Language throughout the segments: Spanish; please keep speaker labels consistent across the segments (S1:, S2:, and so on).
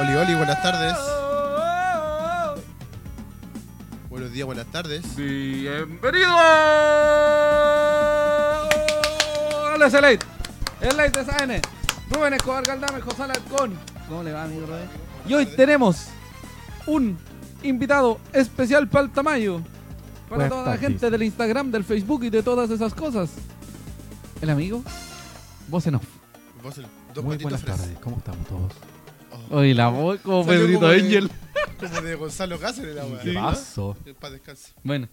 S1: Oli, Oli, buenas tardes. Buenos días, buenas tardes.
S2: Bienvenido al SLate. El Late de SAN. Rubén Escobar Galdame, José Alarcón. ¿Cómo le va, amigo Rubén? Y hoy tenemos un invitado especial para el Tamayo. Para
S3: Buenas
S2: toda la
S3: tardes.
S2: gente del Instagram, del Facebook y de todas esas cosas. El amigo, voz en off.
S1: Vos, el- dos
S3: Muy
S1: patitos
S3: buenas
S1: fresas.
S3: tardes, ¿cómo estamos todos?
S1: Oh,
S2: Oye, la voz como
S1: Salió
S2: Pedrito
S1: como de-
S2: Angel.
S1: Como de Gonzalo Cáceres, la weá.
S3: ¿Qué pasó?
S1: Para descanso.
S2: Bueno,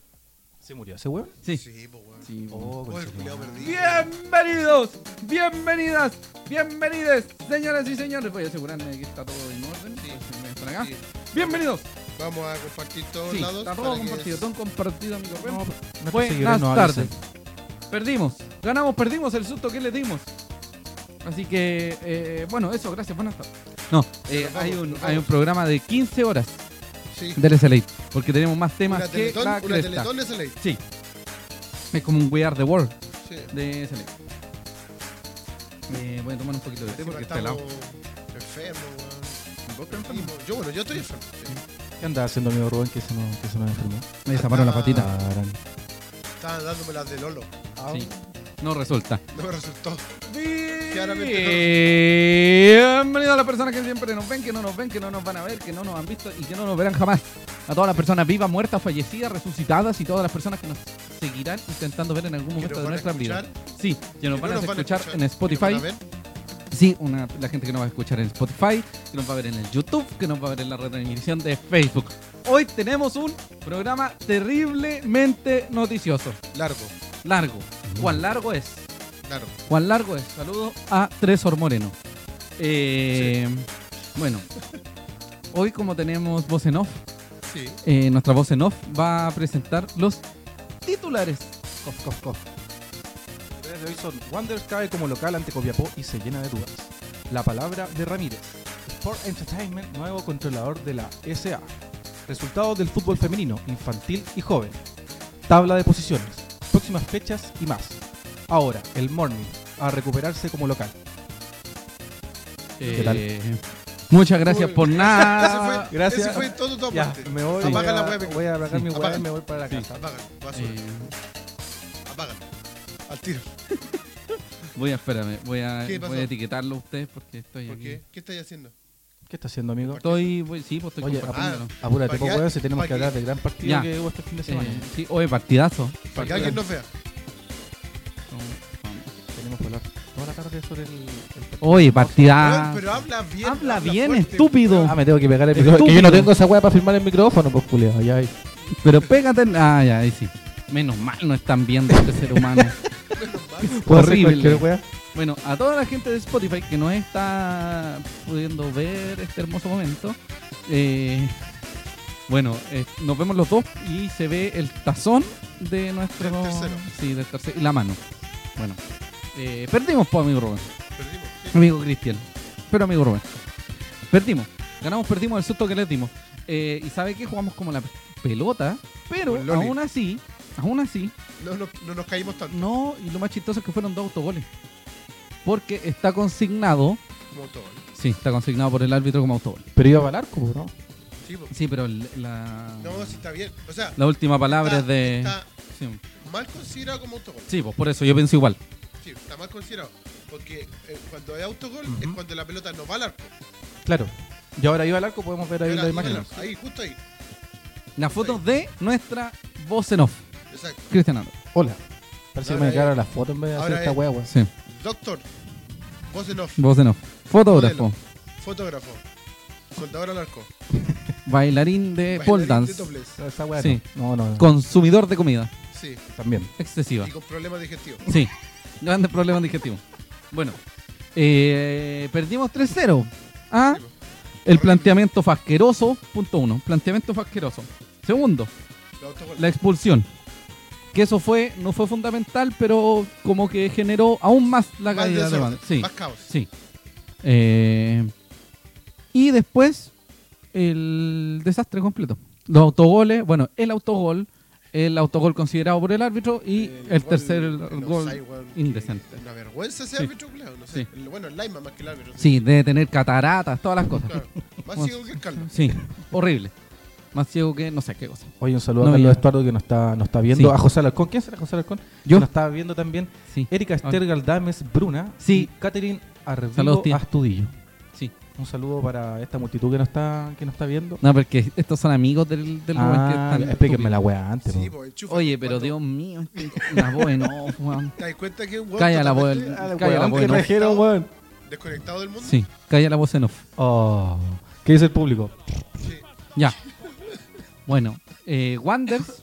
S3: ¿Se murió ese weón?
S2: sí.
S1: Sí, pues weón.
S2: Sí,
S3: Oh,
S1: Oh, el culiao
S3: conchetumare.
S1: perdido.
S2: Bienvenidos, bienvenidas, bienvenides, señoras y señores. Voy a asegurarme de que está todo en orden. Pues,
S1: Sí.
S2: Voy a estar acá.
S1: Sí.
S2: Bienvenidos.
S1: Vamos a compartir todos
S2: Sí,
S1: lados.
S2: está todo
S1: para que-
S2: compartido, todo compartido, amigo. Rubén.
S3: No, nuestros
S2: Buenas
S3: seguidores nos
S2: tardes.
S3: avisan.
S2: Perdimos, ganamos, perdimos el susto que le dimos. Así que, eh, bueno, eso, gracias, buenas tardes. No, eh,
S1: Nos vamos,
S2: hay, un,
S1: nos
S2: hay un
S1: vamos.
S2: programa de 15 horas
S1: Sí.
S2: del SLA, porque tenemos más temas
S1: Una
S2: que
S1: teletón,
S2: la
S1: una
S2: cresta.
S1: teletón de esa ley.
S2: Sí, es como un We Are the World
S1: Sí.
S2: de SLA. Eh, voy a tomar un poquito de té
S1: Encima
S2: porque está
S1: estamos
S2: helado.
S1: enfermos, weón.
S2: ¿Vos estás enfermo?
S1: Enfermos. Yo, bueno, yo estoy enfermo. sí.
S3: ¿Qué andaba haciendo amigo Rubén que se nos, que se nos enfermó?
S2: Me destaparon la patita.
S3: Tarán.
S1: Estaban dándome las de Lolo.
S2: Sí. No resulta.
S1: No me resultó. Claramente no.
S2: Bienvenido a las personas que siempre nos ven, que no nos ven, que no nos van a ver, que no nos han visto y que no nos verán jamás. A todas las personas vivas, muertas, fallecidas, resucitadas y todas las personas que nos seguirán intentando ver en algún
S1: Que
S2: momento
S1: nos
S2: de
S1: van a
S2: nuestra vida.
S1: escuchar,
S2: Sí, que nos
S1: que
S2: van,
S1: no
S2: a, escuchar en
S1: que
S2: Spotify.
S1: nos van a ver.
S2: Sí, una, la gente que nos va a escuchar en Spotify, que nos va a ver en el YouTube, que nos va a ver en la retransmisión de Facebook. Hoy tenemos un programa terriblemente noticioso.
S1: Largo,
S2: Largo. ¿Cuán largo es?
S1: largo.
S2: Juan Largo es. Saludo a Tresor Moreno. Eh, Bueno, hoy como tenemos voz en off,
S1: Sí.
S2: eh, nuestra voz en off va a presentar los titulares.
S3: Cof, cof, cof. Los titulares de hoy son Wonders cae como local ante Copiapó y se llena de dudas. La palabra de Ramírez. Sport Entertainment, nuevo controlador de la SA. Resultados del fútbol femenino, infantil y joven. Tabla de posiciones, próximas fechas y más. Ahora, el Morning, a recuperarse como local. ¿Qué tal?
S2: Eh, Muchas gracias
S1: Uy,
S2: por
S1: Ese
S2: nada.
S1: fue,
S3: gracias.
S1: ese fue todo tu
S3: Ya,
S1: aporte.
S3: me voy.
S1: Apaga
S3: voy
S1: la
S3: a-
S1: web.
S3: Voy a apagar
S2: Sí,
S3: mi web
S1: apaga.
S3: y me voy para la
S2: Sí.
S3: casa.
S1: Apágalo, basura.
S2: Eh,
S1: Apágalo. Al tiro.
S2: voy a espérame, voy a,
S1: ¿Qué pasó?
S2: voy a etiquetarlo a ustedes porque estoy
S1: ¿Por
S2: aquí.
S1: qué? ¿Qué estáis haciendo?
S3: ¿Qué está haciendo, amigo?
S2: Estoy, voy- sí, pues estoy
S3: Oye,
S2: compartiéndolo.
S3: Apúrate,
S1: Pa'
S3: pues,
S1: que-
S3: weón, si tenemos
S1: pa'
S3: que
S1: que-
S3: hablar del gran partido
S2: Ya.
S3: que hubo este fin de semana.
S2: Eh, sí, oye, partidazo.
S1: Para que alguien nos vea.
S3: Tenemos que hablar toda la tarde sobre el. el-
S2: Oye, partidazo.
S1: Weón, pero habla bien.
S2: Ah. Habla bien,
S1: fuerte,
S2: estúpido.
S1: weón.
S3: Ah, me tengo que pegar el
S2: Estúpido.
S3: micrófono. Que yo no tengo esa weá para firmar el micrófono, pues, culiao. Ya, ahí.
S2: Pero pégate. en- Ah, ya, ahí sí. Menos mal no están viendo este ser humano.
S1: Menos mal.
S3: Puedo hacer
S2: Horrible.
S3: cualquier weá.
S2: Bueno, a toda la gente de Spotify que no está pudiendo ver este hermoso momento, eh, bueno, eh, nos vemos los dos y se ve el tazón de nuestro.
S1: Del tercero.
S2: Sí, del tercero. Y la mano. Bueno, eh, perdimos, pues, amigo Rubén.
S1: Perdimos. ¿Qué?
S2: Amigo Cristian. Pero amigo Rubén. Perdimos. Ganamos, perdimos el susto que les dimos. Eh, y sabe que jugamos como la pelota, pero
S1: Con Loli.
S2: aún así, aún así,
S1: No, no, no nos caímos tanto
S2: no, y lo más chistoso es que fueron dos autogoles. Porque está consignado,
S1: como todo. ¿no?
S2: sí, está consignado por el árbitro como autogol.
S3: Pero iba para el arco, pues, ¿no?
S1: Sí, po.
S2: Sí, pero el- la,
S1: no, sí está bien. O sea,
S2: la última palabra
S1: está,
S2: es de...
S1: está
S2: Sí,
S1: mal considerado como autogol.
S2: sí, pues por eso yo pienso igual.
S1: Sí, está mal considerado. Porque eh, cuando hay autogol
S3: Ujú.
S1: es cuando la pelota no va al arco.
S3: Claro. Y ahora iba al arco, podemos ver ahí
S1: Era
S3: la
S1: ahí al
S3: imagen.
S1: arco, Ahí, justo ahí.
S2: Las fotos de nuestra voz en off,
S1: Exacto.
S2: Cristian Ando.
S3: Hola. Parece que
S1: Ahora
S3: me
S1: es-
S3: quedaron las fotos en vez de hacer
S1: ahora
S3: esta
S1: es-
S3: weá, weón.
S2: Sí,
S1: Doctor, voz en off,
S2: voz en off. Fotógrafo,
S1: fotógrafo, soldador al arco.
S2: bailarín de Eh, pole
S1: bailarín de
S2: dance,
S1: doblez.
S3: Esa weá.
S2: Sí.
S3: No, no, no.
S2: consumidor de comida
S1: Sí,
S3: También.
S2: excesiva.
S1: y con problemas digestivos.
S2: Sí, grandes problemas digestivos. Bueno, eh, perdimos 3-0. Ah,
S1: Sí, po.
S2: el planteamiento fasqueroso, punto uno. Planteamiento fasqueroso. Segundo,
S1: Los autogoles.
S2: la expulsión. Que eso fue, no fue fundamental, pero como que generó aún más la
S1: Más
S2: caída de
S1: desorden,
S2: banda. Sí,
S1: más caos.
S2: sí. Eh, y después, el desastre completo. Los autogoles, bueno, el autogol, el autogol considerado por el árbitro y el,
S1: Eh, gol-
S2: tercer
S1: el
S2: gol.
S1: offside, weón,
S2: indecente.
S1: que Una vergüenza ese
S2: Sí.
S1: árbitro, claro, no sé.
S2: Sí.
S1: El- Bueno, el Lima más que el árbitro.
S2: Sí, debe tener cataratas, todas las cosas.
S1: Claro. Más
S2: Bueno.
S1: ciego que el Carlos.
S2: Sí, horrible. Más ciego que no sé qué cosa.
S3: Oye, un saludo
S2: No,
S3: a Carlos
S2: ya.
S3: Estuardo que nos está, nos está viendo.
S2: Sí.
S3: A José Alarcón. ¿Quién será José Alarcón?
S2: Yo,
S3: Nos está viendo también.
S2: sí,
S3: Erika Esther Galdames Bruna.
S2: Sí.
S3: Y Catherine Arvigo
S2: Saludos, tía.
S3: Astudillo.
S2: sí.
S3: Un saludo para esta multitud que nos está, que nos está viendo.
S2: No, porque estos son amigos del, del Rubén que
S3: Ah,
S2: están
S3: explíquenme la
S2: estúpidos.
S3: weá antes.
S1: Sí,
S3: po.
S1: pues el chufa.
S2: Oye, pero
S1: Cuando-
S2: Dios mío, este- una voz en off, weón.
S1: ¿Te das cuenta que es un weón
S2: Calla la voz,
S1: totalmente
S2: el-
S3: Al
S2: Calla la
S3: weón
S2: boca,
S3: que
S2: ¿no?
S3: trajeron, weón.
S1: desconectado del mundo?
S2: Sí, calla la voz en off.
S3: Oh. ¿Qué dice el público?
S1: Sí.
S2: Ya. Bueno, eh, Wanders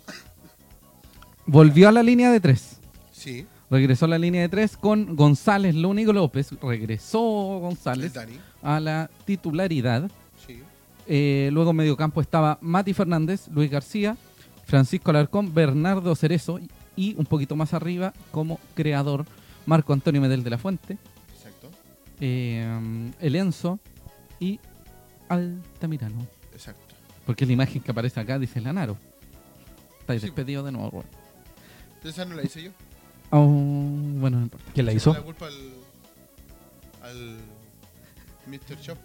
S2: volvió a la línea de tres.
S1: Sí,
S2: Regresó a la línea de tres con González, lo único López. Regresó
S1: el
S2: González
S1: Dani.
S2: a la titularidad.
S1: Sí.
S2: Eh, luego en mediocampo estaba Mati Fernández, Luis García, Francisco Alarcón, Bernardo Cerezo y un poquito más arriba como creador Marco Antonio Medel de la Fuente,
S1: Exacto.
S2: eh, El Enzo y Altamirano.
S1: Exacto.
S2: Porque la imagen que aparece acá dice Lanaro. Estáis
S1: Sí.
S2: despedido de nuevo. Rubén.
S1: Esa no la hice yo.
S2: Oh, bueno, no importa.
S3: ¿Quién la
S1: Echando
S3: hizo?
S1: La culpa al. al. Mr. Chop.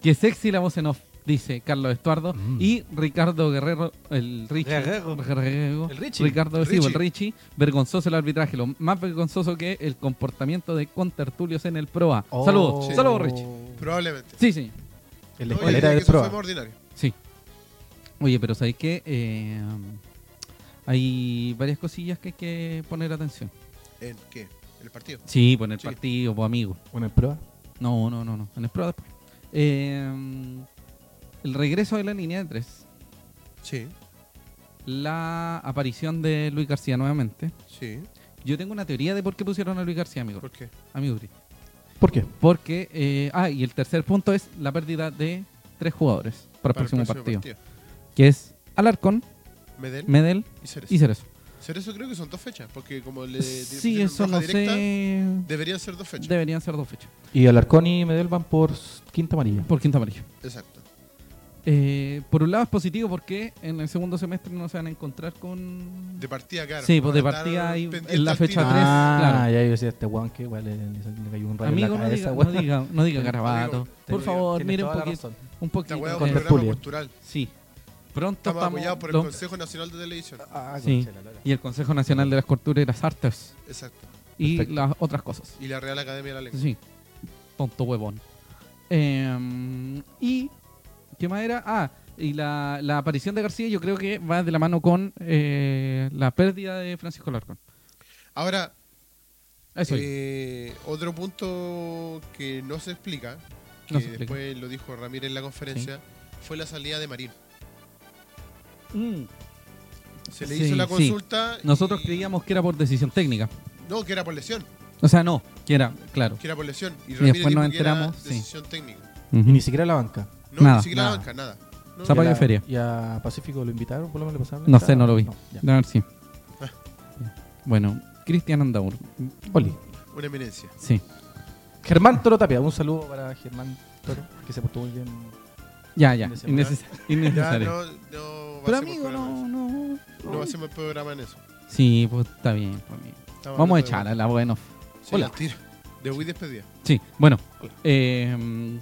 S2: Que sexy la voz en off, dice Carlos Estuardo
S3: Mm.
S2: y Ricardo Guerrero, el Richie.
S3: Guerrero.
S2: Guerrero.
S3: El Richie.
S2: Ricardo sí,
S1: Richie.
S2: el Richie. Vergonzoso el arbitraje, lo más vergonzoso que el comportamiento de contertulios en el Proa.
S3: Oh.
S2: Saludos,
S1: Sí.
S2: saludos Richie.
S1: Probablemente.
S2: Sí, señor.
S3: En la
S1: No, yo
S3: escalera
S1: diría que
S3: del
S1: eso fue más
S3: proa.
S1: ordinario.
S2: Sí. Oye, pero ¿sabéis qué? Eh, hay varias cosillas que hay que poner atención.
S1: ¿En qué? ¿El partido?
S2: Sí, poner
S1: Sí.
S2: partido, pues amigo.
S3: Bueno, el proa.
S2: No, no, no, no. En el Proa después. Eh, el regreso de la línea de tres.
S1: Sí,
S2: la aparición de Luis García nuevamente.
S1: sí.
S2: Yo tengo una teoría de por qué pusieron a Luis García, amigo.
S1: ¿Por qué?
S2: Amigo Gris.
S3: ¿Por qué?
S2: Porque, eh, ah, y el tercer punto es la pérdida de tres jugadores para el próximo partido, Que es Alarcón,
S1: Medel
S2: Medel
S1: y Cerezo.
S2: y Cerezo.
S1: Cerezo creo que son dos fechas, porque como le
S2: Sí,
S1: pusieron
S2: eso
S1: roja
S2: no
S1: directa,
S2: sé.
S1: Deberían ser dos fechas.
S2: Deberían ser dos fechas.
S3: Y Alarcón y Medel van por s- quinta amarilla.
S2: Por quinta amarilla.
S1: Exacto.
S2: Eh, por un lado es positivo porque en el segundo semestre no se van a encontrar con...
S1: De partida, claro.
S2: Sí, pues, de
S1: Van a estar
S2: partida ahí,
S1: pendientes
S2: en la
S1: al
S2: fecha
S1: tiro.
S2: tres,
S3: ah,
S2: claro.
S3: ya yo decía este weón que igual le, le- le cayó un rayo
S2: Amigo,
S3: en la
S2: no diga,
S3: cabeza,
S2: no
S3: weón.
S2: diga, no diga
S3: Te
S2: garabato.
S1: digo,
S2: Por
S3: Te-
S2: favor,
S3: tienes
S2: mire un
S3: toda la
S2: poquito.
S3: razón.
S2: Un
S1: Esta
S2: poquito.
S1: hueá es
S2: de-
S1: un programa
S3: tertulia.
S1: cultural.
S2: Sí. Pronto
S1: Estamos
S2: estamos,
S1: apoyados por el
S2: lo-
S1: Consejo Nacional de Televisión.
S3: Ah,
S2: Sí.
S3: concha la lora.
S2: y el Consejo Nacional de las Culturas y las Artes
S1: Exacto.
S2: y
S3: Perfecto.
S2: las otras cosas.
S1: Y la Real Academia de la Lengua.
S2: Sí. Tonto huevón. Eh, y ¿qué más era? Ah, y la, la aparición de García yo creo que va de la mano con eh, la pérdida de Francisco Larcón.
S1: Ahora,
S2: Eso es.
S1: eh, otro punto que no se explica, que
S2: No se explica.
S1: después lo dijo Ramírez en la conferencia, fue la salida de Marín.
S2: Mm.
S1: Se le
S2: Sí,
S1: hizo la
S2: sí.
S1: consulta.
S2: Nosotros
S1: y-
S2: creíamos que era por decisión técnica.
S1: No, que era por lesión.
S2: O sea, no, que era, claro.
S1: Que era por lesión. Y,
S2: después
S1: Ramírez dijo
S2: nos
S1: que era
S2: enteramos, sí.
S1: decisión técnica.
S2: Ujú.
S3: Y ni siquiera la banca.
S1: No,
S2: Nada,
S1: ni siquiera la
S3: nada.
S1: banca, nada. No,
S2: Zapa- Zapallo
S3: Y a-
S2: Feria.
S3: ¿Y a Pacífico lo invitaron? ¿Por lo menos le pasaron?
S2: No sé, no lo vi.
S3: ya.
S2: A ver si.
S1: Ah.
S2: Bueno, Cristian Andaur.
S3: Oli.
S1: una eminencia.
S2: Sí.
S3: Germán Toro Tapia. Un saludo para Germán Toro, que se portó muy bien.
S2: Ya, ya.
S3: Indeseable.
S2: innecesa-
S1: Ya
S2: innecesario.
S1: no, no
S2: Pero
S1: basemos el
S2: amigo,
S1: programa en
S2: no,
S1: eso.
S2: no.
S1: No hacemos el programa en eso.
S2: Sí, pues está bien. está bien.
S1: Estamos hablando
S2: Vamos a
S1: de-
S2: echar a la bueno.
S1: Sí,
S2: Hola.
S1: al tiro. De Wii despedida.
S2: Sí, bueno.
S1: Hola.
S2: eh,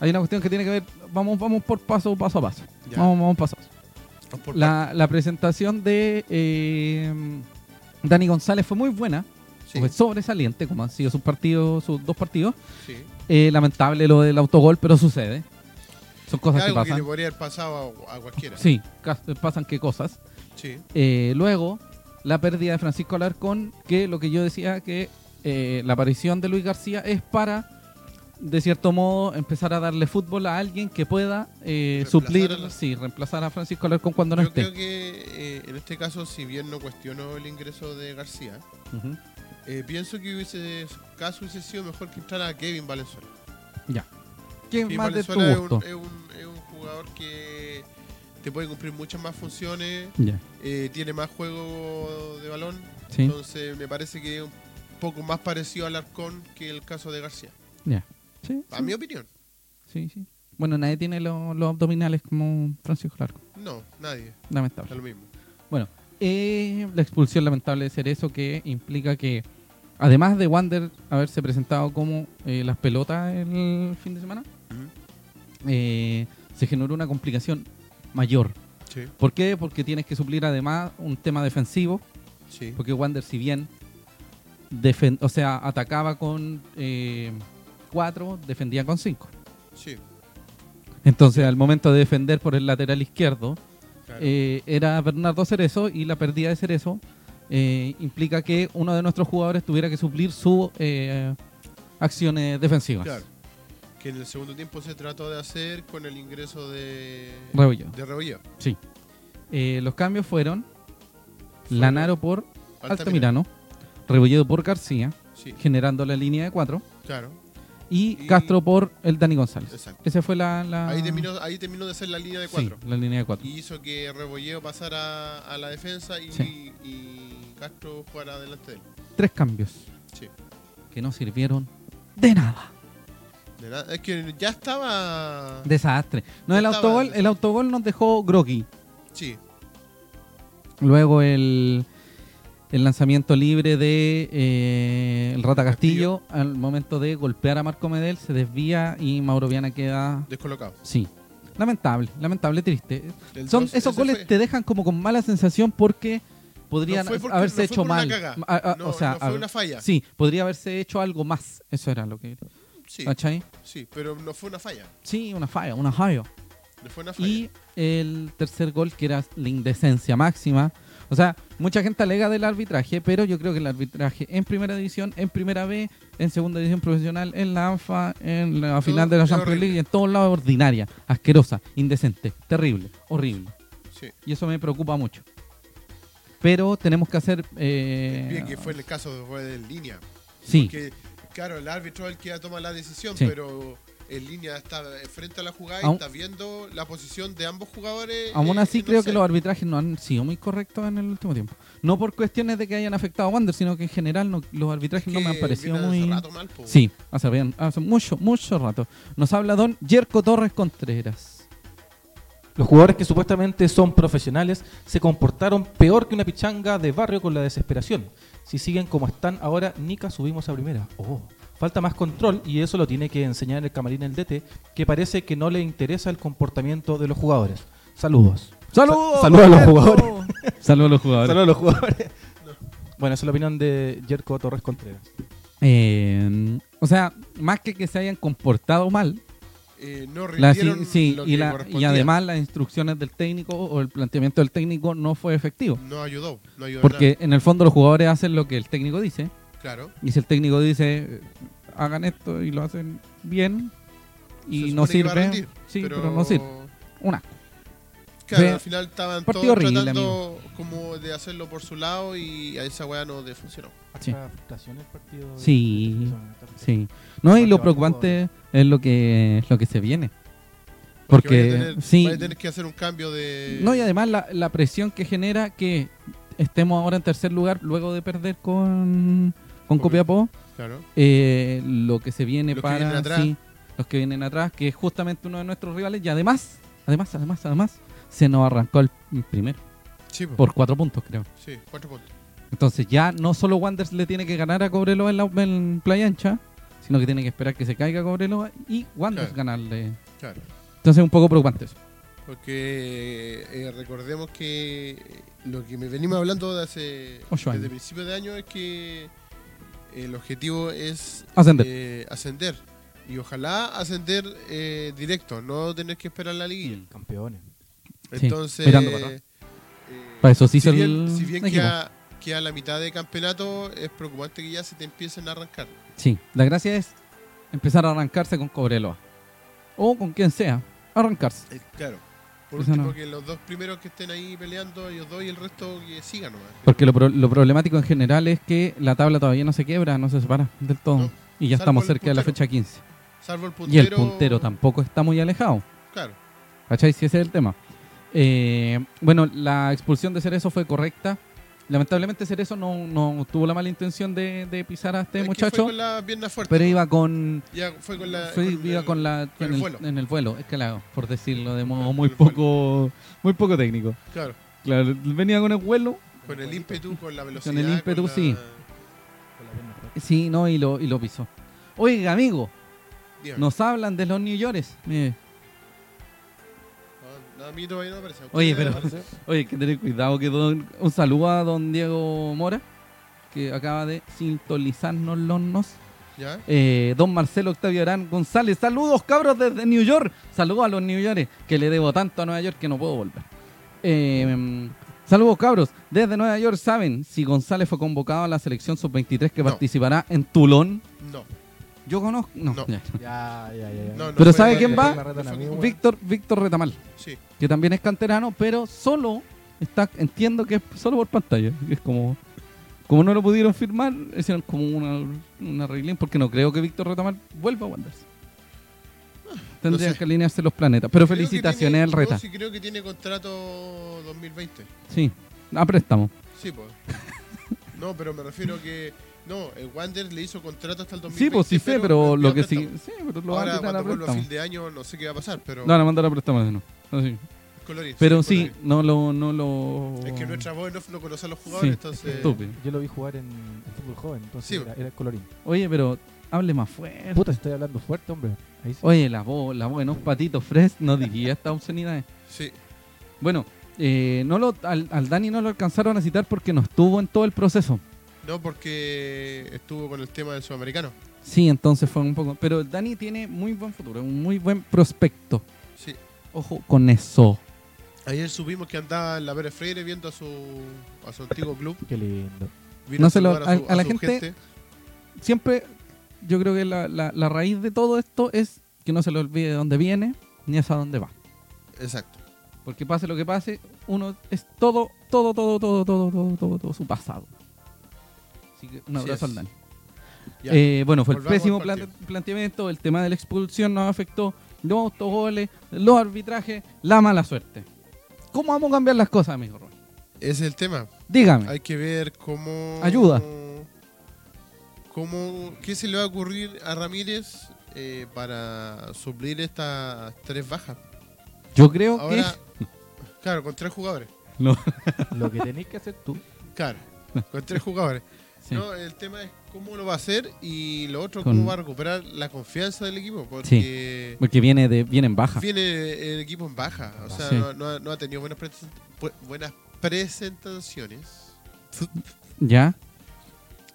S2: hay una cuestión que tiene que ver. Vamos, vamos por paso, paso a paso.
S1: Ya.
S2: Vamos, vamos paso a paso.
S1: Vamos por
S2: La, la presentación de eh, Dani González fue muy buena.
S1: parte. Sí,
S2: Fue sobresaliente, como han sido sus partidos, sus dos partidos.
S1: sí.
S2: Eh, lamentable lo del autogol, pero sucede. Son cosas que
S1: Algo que le
S2: pasan.
S1: podría haber pasado a, a cualquiera.
S2: Sí, cas- pasan qué cosas.
S1: Sí.
S2: Eh, luego, la pérdida de Francisco Alarcón, que lo que yo decía que eh, la aparición de Luis García es para, de cierto modo, empezar a darle fútbol a alguien que pueda eh,
S1: Reemplazar
S2: suplir,
S1: a la-
S2: sí, reemplazar a Francisco Alarcón cuando no
S1: Yo
S2: esté.
S1: creo que eh, en este caso, si bien no cuestiono el ingreso de García,
S2: Ujú.
S1: eh, pienso que hubiese caso hubiese sido mejor que entrara Kevin Valenzuela.
S2: Ya. ¿Qué
S1: Kevin
S2: más de tu
S1: Valenzuela es
S2: gusto?
S1: un, eh, es, un, es un jugador que te puede cumplir muchas más funciones,
S2: Ya,
S1: eh, tiene más juego de balón,
S2: sí,
S1: entonces me parece que es un poco más parecido al Arcón que el caso de García.
S2: ya. Sí,
S1: A mi opinión.
S2: sí, sí. Bueno, nadie tiene lo- los abdominales como Francisco Alarcón,
S1: No, nadie.
S2: lamentable.
S1: Da lo mismo.
S2: Eh, la expulsión lamentable de Cerezo que implica que, además de Wander haberse presentado como eh, las pelotas el fin de semana, eh, se generó una complicación mayor.
S1: Sí,
S2: ¿Por qué? Porque tienes que suplir además un tema defensivo,
S1: sí.
S2: porque Wander si bien defen- o sea, atacaba con eh, cuatro, defendía con cinco.
S1: Sí,
S2: Entonces al momento de defender por el lateral izquierdo,
S1: claro.
S2: eh, era Bernardo Cerezo y la pérdida de Cerezo eh, implica que uno de nuestros jugadores tuviera que suplir sus acciones defensivas.
S1: Claro. Que en el segundo tiempo se trató de hacer con el ingreso de.
S2: Rebolledo.
S1: De Rebolledo.
S2: Eh, los cambios fueron Lanaro por
S1: Altamirano.
S2: Altamirano, Rebolledo por García,
S1: Sí,
S2: generando la línea de cuatro,
S1: claro.
S2: y,
S1: Y-
S2: Castro por el Dani González.
S1: Exacto.
S2: Esa fue la, la-
S1: Ahí terminó, ahí terminó de hacer la línea de
S2: Ah. Sí,
S1: cuatro.
S2: la línea de cuatro.
S1: Y hizo que Rebolledo pasara a la defensa y,
S2: Sí.
S1: y Castro jugara adelante de él.
S2: Tres cambios
S1: Sí. Ah.
S2: que no sirvieron de nada.
S1: De nada- es que ya estaba.
S2: Desastre. No, el
S1: Estaba-
S2: autogol, el autogol nos dejó groggy.
S1: Sí,
S2: Luego el, el lanzamiento libre de eh, el Rata Castillo, al momento de golpear a Marco Medel, se desvía y Mauro Viana queda.
S1: descolocado.
S2: Sí. Lamentable, lamentable, triste.
S1: El
S2: Son,
S1: dos-
S2: esos
S1: ese
S2: goles
S1: fue-
S2: te dejan como con mala sensación porque podrían
S1: No fue porque-
S2: haberse
S1: no fue
S2: hecho
S1: por una
S2: mal.
S1: cagá.
S2: A- a-
S1: No,
S2: ah, o sea,
S1: no fue
S2: a-
S1: una falla.
S2: Sí, podría haberse hecho algo más. Eso era lo que.
S1: Sí,
S2: ¿Cachai?
S1: sí, pero no fue una falla.
S2: Sí, una falla, una falla.
S1: No fue una falla.
S2: Y el tercer gol, que era la indecencia máxima. O sea, mucha gente alega del arbitraje, pero yo creo que el arbitraje en primera división, en primera B, en segunda división profesional, en la ANFA, en la final de la
S1: es
S2: Champions
S1: horrible.
S2: League, y en todos lados, ordinaria, asquerosa, indecente, terrible, horrible.
S1: Sí.
S2: Y eso me preocupa mucho. Pero tenemos que hacer. eh,
S1: Bien, que eh, fue en el caso de fue en línea.
S2: Sí,
S1: Que, claro, el árbitro es el que toma la decisión,
S2: Sí.
S1: pero en línea está frente a la jugada y
S2: Aún-
S1: está viendo la posición de ambos jugadores.
S2: aún
S1: eh,
S2: así
S1: en
S2: creo que
S1: offside.
S2: los arbitrajes no han sido muy correctos en el último tiempo. No por cuestiones de que hayan afectado a Wander, sino que en general no- los arbitrajes no me han
S1: Que
S2: parecido
S1: vienen hace
S2: muy.
S1: rato mal, po.
S2: Sí, hace, bien, hace mucho, mucho rato. Nos habla don Yerko Torres Contreras.
S3: Los jugadores que supuestamente son profesionales se comportaron peor que una pichanga de barrio con la desesperación. Si siguen como están ahora, Nica subimos a primera. Oh, falta más control y eso lo tiene que enseñar el camarín el DT, que parece que no le interesa el comportamiento de los jugadores. Saludos.
S2: ¡Saludos!
S3: Sa- saludos a los jugadores.
S2: Saludos a los jugadores.
S3: Saludos a los jugadores. Bueno, esa es la opinión de Jerko Torres Contreras.
S2: Eh, o sea, más que que se hayan comportado mal,
S1: Eh, no
S2: la- sí,
S1: rindieron
S2: sí,
S1: lo
S2: y,
S1: que
S2: la- y
S1: correspondía.
S2: además las instrucciones del técnico o el planteamiento del técnico no fue efectivo.
S1: No ayudó, no ayudó
S2: Porque en el fondo los jugadores hacen lo que el técnico dice.
S1: nada. Claro.
S2: Y si el técnico dice, hagan esto y lo hacen bien y
S1: Se supone
S2: no
S1: que iba a
S2: sirve.
S1: rendir,
S2: sí, pero... no sirve. Una.
S1: Claro,
S2: Fue
S1: al final estaban
S2: partido
S1: todos
S2: horrible,
S1: tratando como de hacerlo por su lado y a esa weá no le funcionó.
S2: Sí.
S3: el partido.
S2: Sí, Sí. No, y lo preocupante es lo que, lo que se viene.
S1: vaya a
S2: Porque,
S1: tener,
S2: sí.
S1: vaya a tener que hacer un cambio de.
S2: No, y además la, la presión que genera que estemos ahora en tercer lugar luego de perder con, con
S1: Con-
S2: Copiapó,
S1: Claro.
S2: eh, lo que se viene
S1: Los que
S2: para
S1: vienen atrás.
S2: sí, los que vienen atrás, que es justamente uno de nuestros rivales, y además, además, además, además, se nos arrancó el primero,
S1: Sí, po.
S2: por cuatro puntos creo.
S1: sí, cuatro puntos.
S2: Entonces ya no solo Wanderers le tiene que ganar a Cobreloa en, la, en Playa Ancha, sino que tiene que esperar que se caiga Cobreloa y Wanderers
S1: Claro.
S2: ganarle.
S1: Claro.
S2: Entonces es un poco preocupante eso.
S1: Porque eh, recordemos que lo que me venimos hablando de hace,
S2: Ocho
S1: desde
S2: años.
S1: principio de año es que el objetivo es
S2: Ascender.
S1: eh, ascender. Y ojalá ascender eh, directo, no tener que esperar la liguilla.
S3: Campeones.
S2: Mm. Sí,
S1: Entonces,
S2: mirando para atrás.
S1: eh,
S2: Para eso sí
S1: si
S2: hizo
S1: bien,
S2: el
S1: si bien
S2: equipo.
S1: queda, queda la mitad de campeonato, es preocupante que ya se te empiecen a arrancar.
S2: Sí, la gracia es empezar a arrancarse con Cobreloa. O con quien sea, arrancarse.
S1: Eh, claro. Por
S2: Eso
S1: último,
S2: no.
S1: que los dos primeros que estén ahí peleando, ellos dos y el resto que sigan nomás.
S2: Porque lo, pro- lo problemático en general es que la tabla todavía no se quiebra, no se separa del todo.
S1: No,
S2: y ya
S1: salvo
S2: estamos
S1: el
S2: cerca de la
S1: puntero.
S2: fecha 15.
S1: Salvo el
S2: Y
S1: puntero.
S2: el puntero tampoco está muy alejado.
S1: Claro.
S2: ¿Cachai? Si ese es el tema. Eh, bueno, la expulsión de Cerezo fue correcta. Lamentablemente Cerezo no, no tuvo la mala intención de, de pisar a este
S1: Es que Fue
S2: muchacho,
S1: con la pierna fuerte.
S2: pero iba con,
S1: Ya fue con la.
S2: fue- iba
S1: el-
S2: con la
S1: con
S2: en
S1: el
S2: el,
S1: vuelo.
S2: en el vuelo, es claro, por decirlo de modo
S1: Con
S2: muy
S1: el vuelo.
S2: poco, muy poco técnico.
S1: Claro.
S2: Claro, venía con el vuelo,
S1: Con el ímpetu, con la velocidad.
S2: el ímpetu,
S1: la-
S2: sí. sí, no, y lo, y lo pisó. Oiga, amigo,
S1: Dígame.
S2: nos hablan de los New Yorkers. Mire,
S1: No, Mito ahí no aparece.
S2: Oye, pero- Oye, hay que tener cuidado que don- un saludo a don Diego Mora, que acaba de sintonizarnos los nos.
S1: ¿Ya?
S2: Eh, don Marcelo Octavio Arán González, saludos cabros desde New York. Saludos a los New Yorkers, que le debo tanto a Nueva York que no puedo volver. Eh, mm, saludos cabros, desde Nueva York saben si González fue convocado a la selección sub-23 que
S1: No.
S2: participará en Toulon.
S1: No.
S2: Yo conozco... No,
S1: No.
S2: ya.
S3: Ya, ya, ya. ya.
S1: no, no
S2: Pero
S1: fue-
S2: ¿sabe
S1: fue-
S2: quién
S1: fue-
S2: va?
S1: fue- fue-
S3: Amigo, bueno.
S2: Víctor, Víctor Retamal,
S1: Sí.
S2: que también es canterano, pero solo está, entiendo que es solo por pantalla. Es como... Como no lo pudieron firmar, hicieron como una, una arreglín, porque no creo que Víctor Retamal vuelva a Wanderers. Tendrían
S1: sé.
S2: que alinearse los planetas. Pero
S1: Creo que
S2: felicitaciones
S1: tiene-
S2: al Reta.
S1: No, sí, creo que tiene contrato 2020.
S2: Sí, a préstamo.
S1: Sí, pues. no, pero me refiero que. No, el Wander le hizo contrato hasta el 2020.
S2: Sí, pues sí sé, pero lo que sí.
S1: sigue
S2: Sí, pero lo van
S1: Ahora,
S2: a tirar
S1: cuando
S2: a
S1: vuelva a
S2: préstamo.
S1: fin de año, no sé qué va a pasar, pero.
S2: Lo van a mandar a préstamo de nuevo. Así.
S1: Colorín,
S2: Pero
S1: sí,
S2: sí,
S1: colorín.
S2: no lo. No lo...
S1: Es que nuestra voz en off no conoce a los
S2: Sí,
S1: jugadores, entonces.
S2: Estúpido.
S3: Yo lo vi jugar en, en fútbol joven, entonces
S1: Sí.
S3: era, era el colorín.
S2: Oye, pero hable más fuerte.
S3: Puta, estoy hablando fuerte, hombre. Ahí sí.
S2: Oye, la voz, la voz, ¿no? Patito Fresh no diría esta obscenidad.
S1: Sí.
S2: Bueno, eh, no lo, al, al Dani no lo alcanzaron a citar porque no estuvo en todo el proceso.
S1: No, porque estuvo con el tema del sudamericano.
S2: Sí, entonces fue un poco. Pero el Dani tiene muy buen futuro, un muy buen prospecto.
S1: Sí.
S2: Ojo con eso.
S1: Ayer supimos que andaba en la Pérez Freire viendo a su, a su antiguo club.
S3: Qué lindo.
S1: Vino
S2: No
S1: a
S2: se lo-
S1: saludar
S2: a-
S1: su-
S2: a la
S1: su
S2: gente- Siempre, yo creo que la, la- la raíz de todo esto es que no se le olvide de dónde viene ni hacia dónde va.
S1: Exacto.
S2: Porque pase lo que pase, uno es todo, todo, todo, todo, todo, todo, todo, todo su pasado. Así que un
S1: Así
S2: abrazo
S1: es.
S2: al Dani.
S1: Ya.
S2: Eh, bueno, fue el
S1: Volvamos
S2: pésimo
S1: al
S2: plan-
S1: partido.
S2: planteamiento, el tema de la expulsión nos afectó, los autogoles, los arbitrajes, la mala suerte. ¿Cómo vamos a cambiar las cosas, amigo Rubén?
S1: Ese es el tema.
S2: Dígame.
S1: Hay que ver cómo.
S2: Ayuda.
S1: Cómo, ¿Qué se le va a ocurrir a Ramírez eh, para suplir estas tres bajas?
S2: Yo creo que
S1: Ahora, claro, con tres jugadores.
S3: Lo que tenéis que hacer tú.
S1: Claro, con tres jugadores.
S2: Sí.
S1: No, el tema es cómo lo va a hacer y lo otro,
S2: Con-
S1: cómo va a recuperar la confianza del equipo. Porque
S2: porque viene de viene en baja.
S1: viene el equipo en baja. O sea,
S2: Sí.
S1: no, no ha- no ha tenido buenas, presen- bu- buenas presentaciones.
S2: Ya,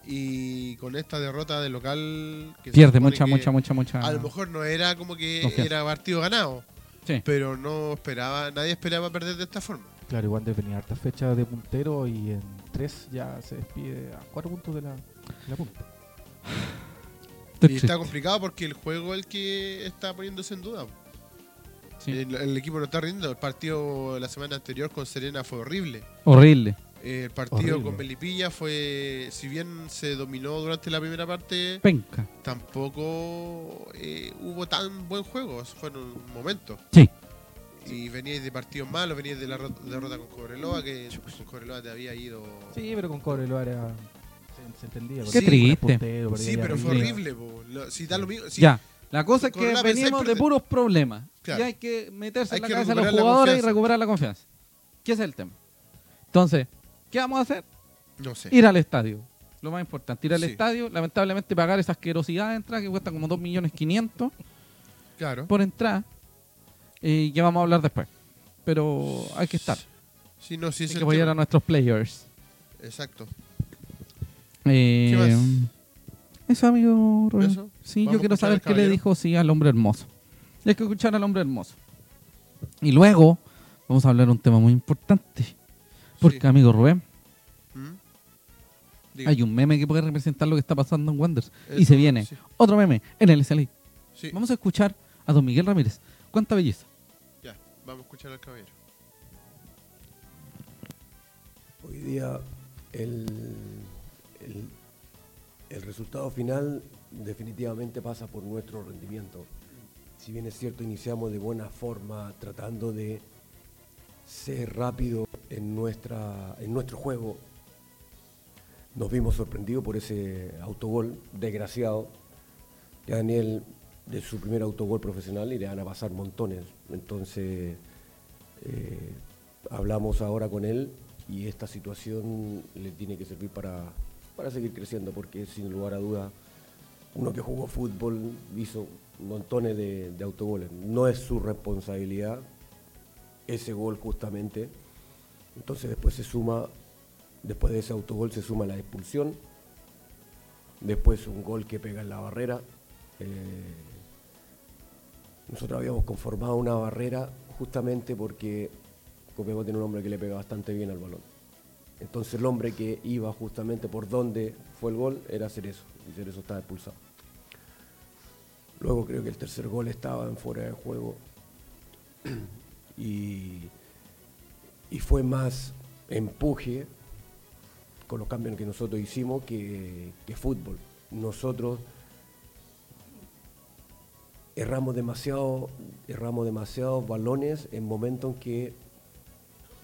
S1: Y con esta derrota de local. Que se
S2: pierde
S1: supone
S2: mucha
S1: que
S2: mucha mucha mucha.
S1: A lo mejor no era como que
S2: Confianza.
S1: era partido ganado.
S2: Sí.
S1: Pero no esperaba, nadie esperaba perder de esta forma.
S3: Claro, igual de venir hartas fechas de puntero y en tres ya se despide a cuatro puntos de la, de la punta.
S1: Y
S2: Estoy triste.
S1: está complicado porque el juego es el que está poniéndose en duda.
S2: Sí.
S1: El, el equipo no está rindiendo. El partido la semana anterior con Serena fue horrible.
S2: Horrible.
S1: El partido
S3: Horrible.
S1: con Melipilla fue, si bien se dominó durante la primera parte,
S2: Penca.
S1: tampoco eh, hubo tan buen juego. Eso fue en un momento.
S2: Sí.
S1: Y veníais de partidos malos, veníais de la ro- derrota con Cobreloa, que con Cobreloa te había ido...
S3: Sí, pero con Cobreloa era... Se, se entendía.
S1: Qué
S3: porque
S2: triste.
S3: era puntero, por ahí
S1: Sí,
S3: había
S1: pero fue
S3: arriba.
S1: horrible. po. Lo- si da lo mismo... si-
S2: Ya. La cosa es
S1: Con
S2: que
S1: la pensé
S2: venimos de
S1: perder.
S2: puros problemas.
S1: Claro.
S2: Y hay que meterse
S1: Hay
S2: en la
S1: que
S2: cabeza de los
S1: recuperar la
S2: jugadores y
S1: confianza.
S2: recuperar la confianza. ¿Qué es el tema? Entonces, ¿qué vamos a hacer?
S1: No sé.
S2: Ir al estadio. Lo más importante, ir al
S1: Sí.
S2: estadio, lamentablemente pagar esa asquerosidad de entrada que cuesta como 2.500.000
S1: Claro.
S2: por entrada. Y que vamos a hablar después. Pero hay que estar.
S1: Sí, no, sí, es
S2: Hay que
S1: el
S2: apoyar
S1: tema.
S2: a nuestros players.
S1: Exacto.
S2: Eh,
S1: ¿Qué más?
S2: Eso, amigo Rubén.
S1: ¿Eso?
S2: Sí,
S1: Vamos
S2: yo
S1: a
S2: quiero
S1: escuchar
S2: saber
S1: al
S2: qué le
S1: caballero.
S2: dijo sí al hombre hermoso. Y hay que escuchar al hombre hermoso. Y luego vamos a hablar un tema muy importante. Porque,
S1: Sí.
S2: amigo Rubén,
S1: ¿Mm? Diga.
S2: hay un meme que puede representar lo que está pasando en Wanderers. Y
S1: Eso,
S2: se viene
S1: sí,
S2: otro meme en el SLA.
S1: sí.
S2: Vamos a escuchar a don Miguel Ramírez. ¿Cuánta belleza?
S1: Ya, vamos a escuchar al caballero.
S4: Hoy día el, el- el resultado final definitivamente pasa por nuestro rendimiento. Si bien es cierto, iniciamos de buena forma tratando de ser rápido en, nuestra, en nuestro juego. Nos vimos sorprendidos por ese autogol desgraciado. Ya Daniel, de su primer autogol profesional, y le van a pasar montones. Entonces, eh, hablamos ahora con él y esta situación le tiene que servir para, para seguir creciendo, porque sin lugar a duda, uno que jugó fútbol hizo montones de, de autogoles. No es su responsabilidad, ese gol justamente. Entonces después se suma, después de ese autogol se suma la expulsión, después un gol que pega en la barrera. Eh, nosotros habíamos conformado una barrera justamente porque Copiapó tiene un hombre que le pega bastante bien al balón. Entonces el hombre que iba justamente por donde fue el gol era Cerezo, y Cerezo estaba expulsado. Luego creo que el tercer gol estaba en fuera de juego y, y fue más empuje con los cambios que nosotros hicimos que, que fútbol. Nosotros erramos demasiado, erramos demasiados balones en momentos en que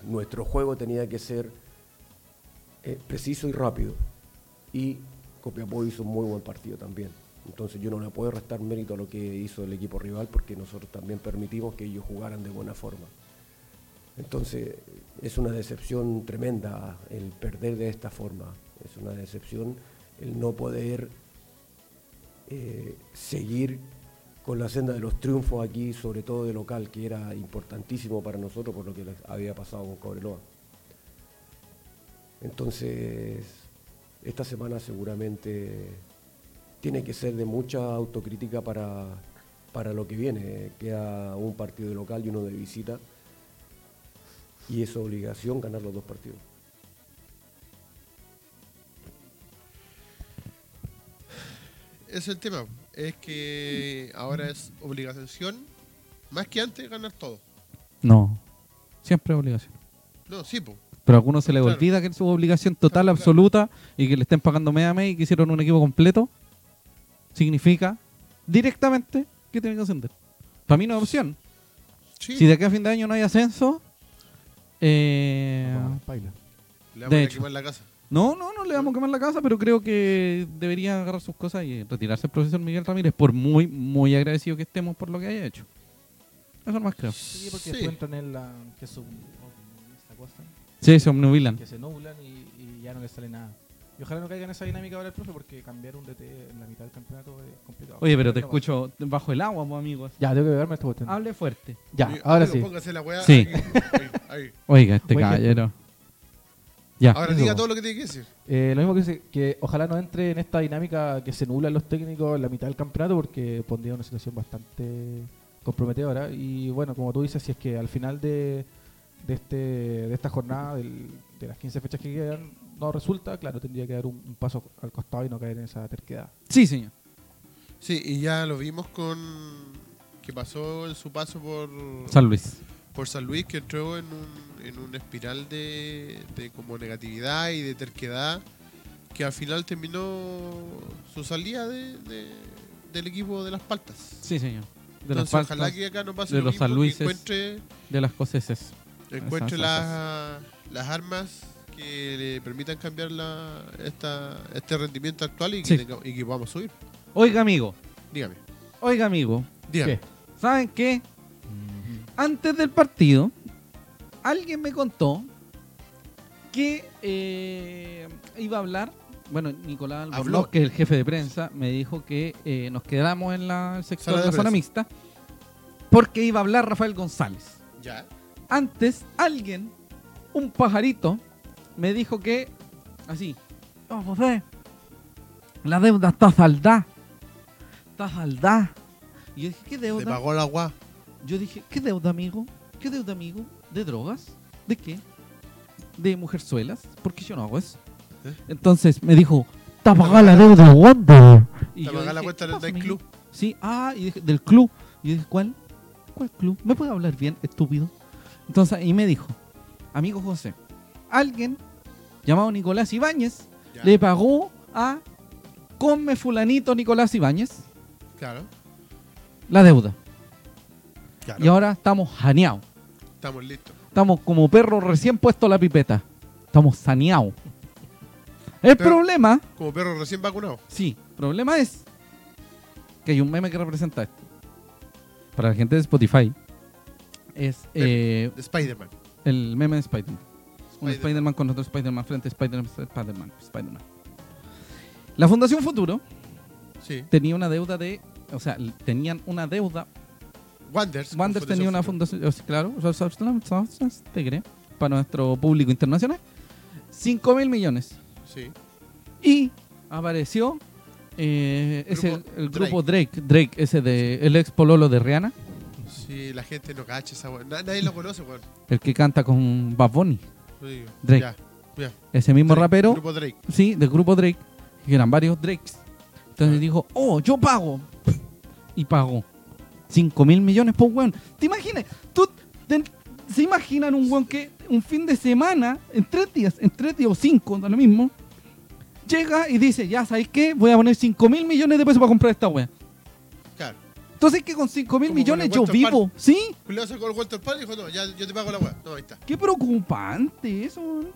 S4: nuestro juego tenía que ser eh, preciso y rápido. Y Copiapó hizo un muy buen partido también. Entonces yo no le puedo restar mérito a lo que hizo el equipo rival porque nosotros también permitimos que ellos jugaran de buena forma. Entonces es una decepción tremenda el perder de esta forma. Es una decepción el no poder eh, seguir con la senda de los triunfos aquí, sobre todo de local, que era importantísimo para nosotros por lo que les había pasado con Cobreloa. Entonces, esta semana seguramente tiene que ser de mucha autocrítica para, para lo que viene. Queda un partido de local y uno de visita. Y es obligación ganar los dos partidos.
S1: Es el tema. Es que ahora es obligación, más que antes, ganar todo.
S2: No, siempre es obligación.
S1: No, sí, po.
S2: Pero a algunos se les
S1: Claro.
S2: olvida que es su obligación total,
S1: Claro, claro.
S2: absoluta, y que le estén pagando media media y que hicieron un equipo completo, significa directamente que tienen que ascender. Para mí no es opción.
S1: Sí,
S2: Si de aquí a fin de año no hay ascenso, eh,
S3: Vamos, Paila.
S1: le vamos
S2: de
S1: a
S2: hecho.
S1: quemar la casa.
S2: no, no, no le vamos a quemar la casa, pero creo que debería agarrar sus cosas y retirarse el profesor Miguel Ramírez, por muy, muy agradecido que estemos por lo que haya hecho. Eso más creo.
S3: Sí, porque
S1: Sí.
S3: después entran en la. que es un- esta cosa,
S2: Sí, se omnubilan.
S3: que se nublan y, y ya no les sale nada. Y ojalá no caiga en esa dinámica ahora el profe, porque cambiar un DT en la mitad del campeonato es complicado.
S2: Oye, pero te
S3: No,
S2: escucho Ah, bajo el agua, pues, amigos.
S3: Ya, tengo que beberme esta cuestión.
S2: Hable fuerte.
S3: ya,
S1: Oye,
S3: ahora
S1: amigo,
S3: sí.
S1: Póngase la weá.
S2: Sí.
S1: Ahí, ahí.
S2: Oiga, este
S3: Buen gesto.
S2: caballero. Ya.
S1: Ahora
S3: Eso,
S1: diga
S3: po.
S1: todo lo que tiene que decir.
S3: Eh, lo mismo que, dice, que ojalá no entre en esta dinámica que se nublan los técnicos en la mitad del campeonato porque pondría una situación bastante comprometedora. Y bueno, como tú dices, si es que al final de, de, este, de esta jornada, del- de las 15 fechas que quedan, no resulta, claro, tendría que dar un, un paso al costado y no caer en esa terquedad.
S2: Sí, señor.
S1: Sí, y ya lo vimos con. que pasó en su paso por.
S2: San Luis.
S1: por San Luis, que entró en un, en una espiral de, de como negatividad y de terquedad, que al final terminó su salida de, de- del equipo de las paltas.
S2: Sí, señor. De las
S1: Entonces,
S2: faltas,
S1: ojalá que acá no pase
S2: de
S1: lo
S2: los
S1: mismo,
S2: San
S1: que
S2: Luises.
S1: encuentre,
S2: de las coseses.
S1: encuentre
S2: Esas,
S1: las, las armas que le permitan cambiar la, esta, este rendimiento actual y que,
S2: Sí.
S1: tenga- y que podamos subir.
S2: Oiga, amigo.
S1: Dígame,
S2: Oiga, amigo.
S1: dígame.
S3: ¿Qué?
S2: ¿Saben qué? Antes del partido, alguien me contó que eh, iba a hablar. Bueno, Nicolás Albornoz,
S1: Habló.
S2: que es el jefe de prensa, me dijo que eh, nos quedamos en la sección
S1: Sala
S2: de
S1: de
S2: la zona
S1: prensa.
S2: mixta porque iba a hablar Rafael González.
S1: Ya.
S2: Antes, alguien, un pajarito, me dijo que, así, oh, José, la deuda está saldada. Está saldada. Y yo dije, ¿qué
S1: Se
S2: deuda?
S1: pagó la agua.
S2: Yo dije, ¿qué deuda, amigo? ¿Qué deuda, amigo? ¿De drogas? ¿De qué? ¿De mujerzuelas? Porque yo no hago eso.
S1: ¿Eh?
S2: Entonces me dijo, está pagada la deuda, Wanda. Y
S1: Está
S2: yo
S1: pagada la
S2: dije,
S1: cuenta
S2: ¿qué
S1: del-
S2: pasa,
S1: del
S2: amigo?
S1: club.
S2: Sí, ah, y dije, del club. Y yo dije, ¿cuál? ¿Cuál club? ¿Me puede hablar bien, estúpido? Entonces, y me dijo, amigo José, alguien llamado Nicolás Ibáñez
S1: Ya,
S2: le pagó a Come Fulanito Nicolás Ibáñez
S1: Claro,
S2: la deuda.
S1: claro.
S2: Y ahora estamos janeados.
S1: Estamos listos.
S2: Estamos como perro recién puesto la pipeta. Estamos saneados. El
S1: Pero-
S2: problema,
S1: Como perro recién vacunado.
S2: sí, el problema es que hay un meme que representa esto. Para la gente de Spotify, es eh,
S1: De Spider-Man.
S2: el meme de Spider-Man. Un
S1: Spider-Man.
S2: Spider-Man con otro Spider-Man frente a Spider-Man, Spider-Man, Spider-Man. La Fundación Futuro
S1: Sí.
S2: tenía una deuda de. O sea, l- tenían una deuda
S1: Wanders.
S2: Wanders tenía una fundación, o sea, claro, o sea, Southampton, Southampton, te creo, para nuestro público internacional, 5 mil millones.
S1: Sí.
S2: Y apareció eh,
S1: Grupo
S2: ese, el grupo Drake. Drake, ese de el ex pololo de Rihanna,
S1: Sí, la gente no cacha esa weón. Na- nadie lo conoce, weón.
S2: el que canta con Bad Bunny,
S1: Lo digo.
S2: Drake.
S1: Ya. ya.
S2: ese mismo
S1: Drake,
S2: rapero,
S1: Grupo Drake.
S2: sí, del grupo Drake, que eran varios Drakes. Entonces
S1: Ah.
S2: dijo, oh, yo pago. Y pagó 5 mil millones por weón. ¿Te imaginas? ¿Tú te- se imaginan un weón que un fin de semana, en tres días, en tres días o cinco, da lo mismo, llega y dice, ya, ¿sabes qué? Voy a poner 5 mil millones de pesos para comprar esta weón.
S1: Claro.
S2: Entonces que con 5 mil
S1: Como
S2: millones
S1: con el
S2: yo
S1: Walter
S2: vivo, ¿sí?
S1: Julio sacó el Walter Pan y dijo, no, ya yo te pago la weá. No, ahí está.
S2: Qué preocupante eso. weón.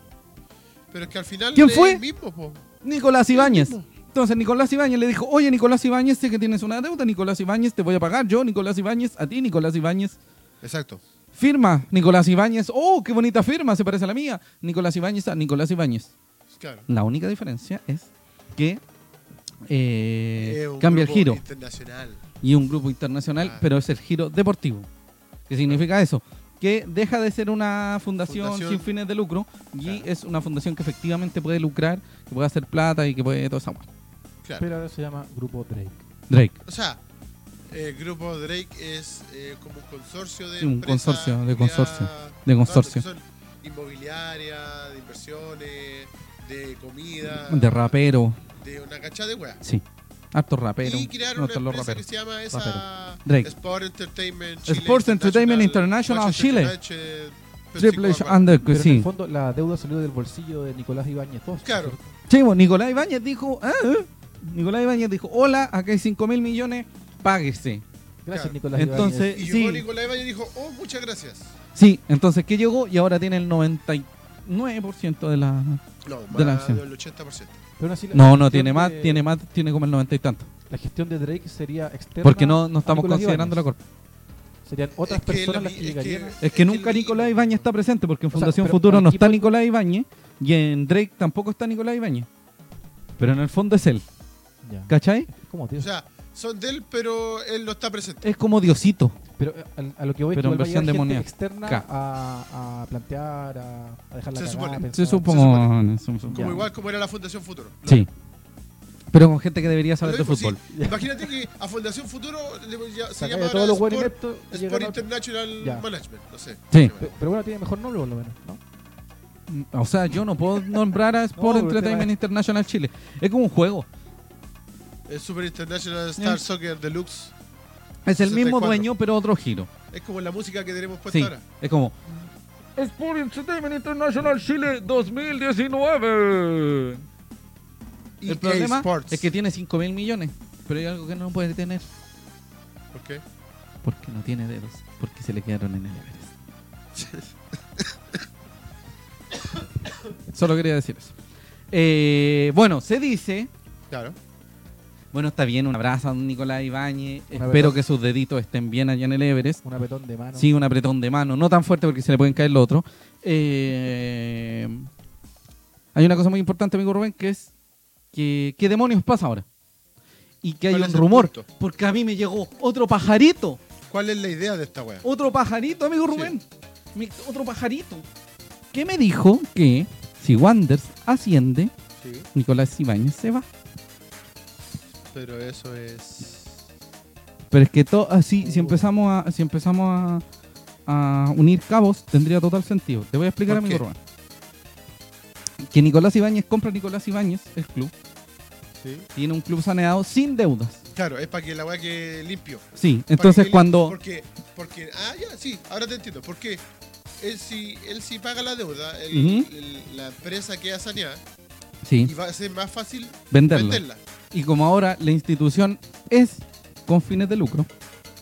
S1: Pero es que al final
S2: ¿Quién
S1: es
S2: fue?
S1: el mismo, po.
S2: Nicolás Ibáñez. Entonces Nicolás Ibáñez le dijo, oye Nicolás Ibáñez, sé que tienes una deuda, Nicolás Ibáñez, te voy a pagar yo, Nicolás Ibáñez, a ti, Nicolás Ibáñez.
S1: Exacto.
S2: Firma, Nicolás Ibáñez, oh, qué bonita firma, se parece a la mía. Nicolás Ibáñez a Nicolás Ibáñez.
S1: Claro.
S2: La única diferencia es que eh,
S1: Es un
S2: cambia el
S1: grupo
S2: giro
S1: Internacional.
S2: y un grupo internacional,
S1: Ah.
S2: pero es el giro deportivo. ¿Qué significa eso? Que deja de ser una fundación,
S1: Fundación.
S2: sin fines de lucro y
S1: Claro.
S2: es una fundación que efectivamente puede lucrar, que puede hacer plata y que puede todo esa hueá.
S1: Claro.
S3: Pero ahora se llama Grupo Drake.
S2: Drake.
S1: O sea, el grupo Drake es eh, como un consorcio de
S2: Sí, un
S1: empresas
S2: consorcio, de
S1: culiadas,
S2: consorcio, de
S1: ¿no?
S2: consorcio.
S1: Que son Inmobiliaria, de inversiones, de comida,
S2: De rapero,
S1: de una cachada de weá.
S2: sí. Harto rapero.
S1: Y crearon
S2: No,
S1: una
S2: todos los
S1: empresa que
S2: raperos.
S1: se llama esa
S2: Drake.
S1: Sport Entertainment Chile
S2: Sports Entertainment International
S1: Manchester United, Pepsi
S2: Triple H
S1: Coca-Cola.
S2: Under,
S3: Pero en el
S2: sí.
S3: fondo la deuda salió del bolsillo de Nicolás Ibáñez II.
S1: Claro.
S2: Chivo, Nicolás Ibáñez dijo, ah, eh. Nicolás Ibáñez dijo, hola, acá hay 5 mil millones, páguese.
S1: Claro.
S3: Gracias, Nicolás
S2: Entonces-
S3: Ibáñez.
S1: Y
S2: sí.
S1: llegó Nicolás Valle y dijo, oh, muchas gracias.
S2: Sí, entonces que llegó y ahora tiene el 99% de la...
S1: No,
S2: De la
S1: más
S2: acción.
S1: del 80%.
S3: Pero aún así la
S2: No, no,
S3: gestión
S2: tiene más,
S3: de-
S2: tiene más, tiene como el 90 y tanto.
S3: La gestión de Drake sería externa.
S2: Porque no, no
S3: a
S2: estamos
S3: Nicolás
S2: considerando la
S3: Ibáñez.
S2: corporación.
S3: Serían otras
S1: Es que
S3: personas
S1: la-
S3: las
S1: es
S3: que llegarían.
S1: que-
S2: Es que
S1: es
S2: nunca
S1: el-
S2: Nicolás Ibáñez está presente porque en
S3: sea,
S2: Fundación
S3: pero
S2: Futuro no
S3: aquí
S2: está
S3: pod-
S2: Nicolás Ibáñez y en Drake tampoco está Nicolás Ibáñez. Pero en el fondo es él,
S3: Ya.
S2: ¿cachai?
S3: ¿Cómo, tío?
S1: O sea, son de él, pero él no está presente.
S2: Es como Diosito.
S3: pero eh, al- a, lo que voy es
S2: pero en
S3: que igual va a llegar
S2: versión
S3: gente
S2: demoníaca.
S3: externa
S2: Ca.
S3: a, a plantear, a, a dejar la
S1: Se supone.
S3: cagada, a
S2: Se
S3: pensar.
S2: supone. se supone.
S1: Como
S3: Ya.
S1: igual como era la Fundación Futuro.
S2: Sí. Pero con gente que debería
S1: Lo
S2: saber de
S1: mismo, sí.
S2: fútbol.
S1: Imagínate que a Fundación Futuro le- ya- se llama
S3: Saca de
S1: ahora
S3: todos los buenos
S1: Sport,
S3: ineptos y
S1: Sport
S3: llegan otros.
S1: International
S3: Ya.
S1: Management. No sé.
S2: Sí.
S3: Pe- Pero bueno, tiene mejor nombre por lo menos, ¿no?
S2: O sea, yo no puedo nombrar a Sport
S3: pero te
S2: Entertainment
S3: va-
S2: International Chile. Es como un juego.
S1: El Super International Star Soccer Deluxe.
S2: Es el mismo
S1: 64.
S2: dueño, pero otro giro.
S1: Es como la música que tenemos puesta
S2: Sí.
S1: ahora.
S2: Es como.
S5: Sport Entertainment International Chile 2019.
S1: Y
S2: el problema
S1: E Sports.
S2: es que tiene 5 mil millones. Pero hay algo que no puede tener.
S1: ¿Por qué?
S2: Porque no tiene dedos. Porque se le quedaron en el Everest. Solo quería decir eso. Eh, bueno, se dice
S1: Claro.
S2: Bueno, está bien, un abrazo a don Nicolás Ibáñez.
S3: Un
S2: Espero
S3: apretón.
S2: que sus deditos estén bien allá en el Everest.
S3: Un apetón de mano.
S2: Sí, un apretón de mano, no tan fuerte porque se le pueden caer los otros. Eh, hay una cosa muy importante, amigo Rubén, que es que qué demonios pasa ahora. Y que hay
S1: ¿Cuál
S2: un
S1: es el
S2: rumor,
S1: punto?
S2: porque a mí me llegó otro pajarito,
S1: ¿Cuál es la idea de esta wea?
S2: otro pajarito, amigo Rubén. Me- otro pajarito. Que me dijo que si Wanders asciende,
S1: Sí.
S2: Nicolás Ibáñez se va.
S1: Pero eso es.
S2: Pero es que todo así, si empezamos a, si empezamos a, a unir cabos, tendría total sentido. Te voy a explicar,
S1: ¿Por qué?
S2: amigo Rubén. Que Nicolás Ibáñez compra a Nicolás Ibáñez, el club,
S1: Sí.
S2: tiene un club saneado sin deudas.
S1: Claro, es para que la wea que limpio.
S2: Sí,
S1: Para que
S2: entonces
S1: él-
S2: cuando.
S1: Porque, porque, ah, ya, sí, ahora te entiendo. Porque él si, él si paga la deuda, el-
S2: Ujú.
S1: el- la empresa queda saneada y
S2: Sí,
S1: va a ser más fácil
S2: venderlo.
S1: venderla.
S2: Y como ahora la institución es con fines de lucro,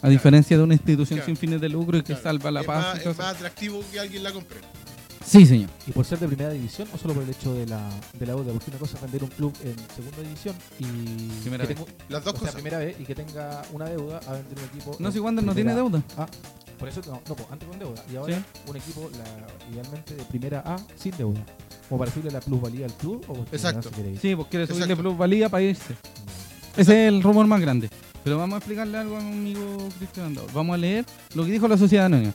S2: a diferencia de una institución
S1: Claro.
S2: sin fines de lucro y que
S1: Claro.
S2: salva la
S1: es
S2: paz.
S1: Más,
S2: y
S1: es
S2: todo eso.
S1: más atractivo que alguien la compre.
S2: Sí, señor.
S3: ¿Y por ser de primera división o solo por el hecho de la, de la deuda? Porque una cosa es vender un club en segunda división y.
S2: Primera
S3: que
S2: vez.
S3: tenga-
S1: Las dos
S3: o sea,
S1: cosas.
S3: primera vez y que tenga una deuda a vender un equipo.
S2: No,
S3: en
S2: si Wander no tiene
S3: primera
S2: deuda.
S3: A. Por eso, no, no, pues, antes con deuda. Y ahora
S2: Sí.
S3: un equipo, la- idealmente de primera A, sin deuda. Como para subirle la plusvalía al club o porque
S1: Exacto.
S3: no se quiere ir.
S2: Sí, pues quiere subirle
S1: Exacto.
S2: plusvalía para irse. Ese es el rumor más grande. Pero vamos a explicarle algo a mi amigo Cristian Andaur. Vamos a leer lo que dijo la Sociedad Anónima.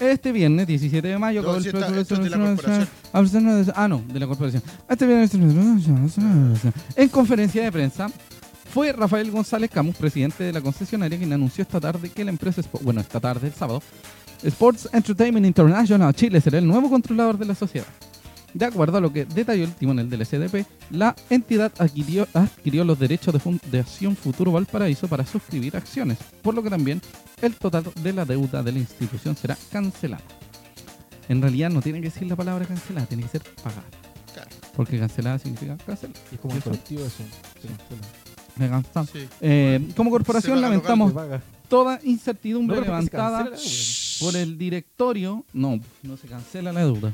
S2: Este viernes 17 de mayo.
S1: No, si esta- esto es de la corporación.
S2: Ah, no, de la corporación. Este viernes. En conferencia de prensa. Fue Rafael González Camus, presidente de la concesionaria, quien anunció esta tarde que la empresa, Spo- bueno, esta tarde, el sábado, Sports Entertainment International Chile será el nuevo controlador de la sociedad. De acuerdo a lo que detalló el timonel del SDP, la entidad adquirió, adquirió los derechos de Fundación Futuro Valparaíso para suscribir acciones, por lo que también el total de la deuda de la institución será cancelada. En realidad no tiene que decir la palabra cancelada, tiene que ser pagada.
S1: Claro.
S2: Porque cancelada significa cancelar.
S3: Y es como el
S2: Eso.
S3: colectivo eso. Sí.
S2: Me cansa.
S1: Sí.
S2: Eh, como
S1: Se
S2: corporación
S1: va a alocar,
S2: lamentamos
S3: Se paga.
S2: toda
S3: No,
S2: incertidumbre
S3: pero ¿por qué se
S2: levantada
S3: cancela, weón?
S2: por el directorio, no, no se cancela la deuda.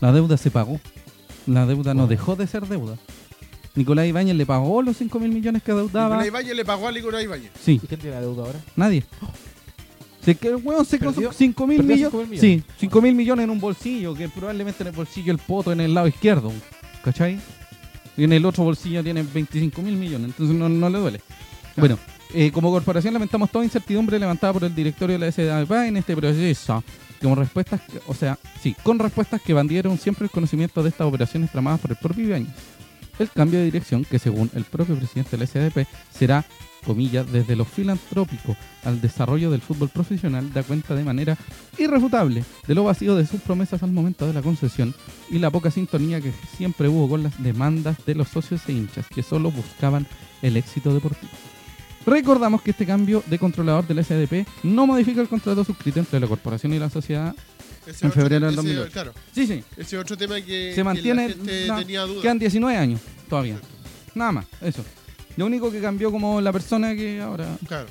S2: La deuda se pagó. La deuda no dejó de ser deuda. Nicolás Ibáñez le pagó los 5 mil millones que adeudaba.
S1: Nicolás Ibáñez le pagó a Nicolás Ibáñez.
S2: Sí,
S3: ¿Y quién tiene la deuda ahora?
S2: nadie. Se que el weón se
S3: Perdió-
S2: con 5 mil
S3: perdió
S2: millones.
S3: 5.000 millones.
S2: Sí, 5 mil millones en un bolsillo, que probablemente en el bolsillo el poto en el lado izquierdo. ¿Cachai? Y en el otro bolsillo tienen 25 mil millones, entonces no, no le duele. Bueno, eh, como corporación lamentamos toda incertidumbre levantada por el directorio de la SDAP en este proceso. Con respuestas, que- o sea, sí, con respuestas que bandieron siempre el conocimiento de estas operaciones tramadas por el propio Ibañez. El cambio de dirección, que según el propio presidente de la SDP, será, comillas, desde lo filantrópico al desarrollo del fútbol profesional, da cuenta de manera irrefutable de lo vacío de sus promesas al momento de la concesión y la poca sintonía que siempre hubo con las demandas de los socios e hinchas que solo buscaban el éxito deportivo. Recordamos que este cambio de controlador del SDP no modifica el contrato suscrito entre la corporación y la sociedad.
S1: Ese
S2: En
S1: otro-
S2: febrero del
S1: ese-
S2: 2008.
S1: Claro,
S2: Sí, sí,
S1: ese otro tema que,
S2: se mantiene.
S1: que la gente
S2: no,
S1: tenía dudas.
S2: quedan 19 años todavía. Nada más, eso. Lo único que cambió como la persona que ahora.
S1: Claro.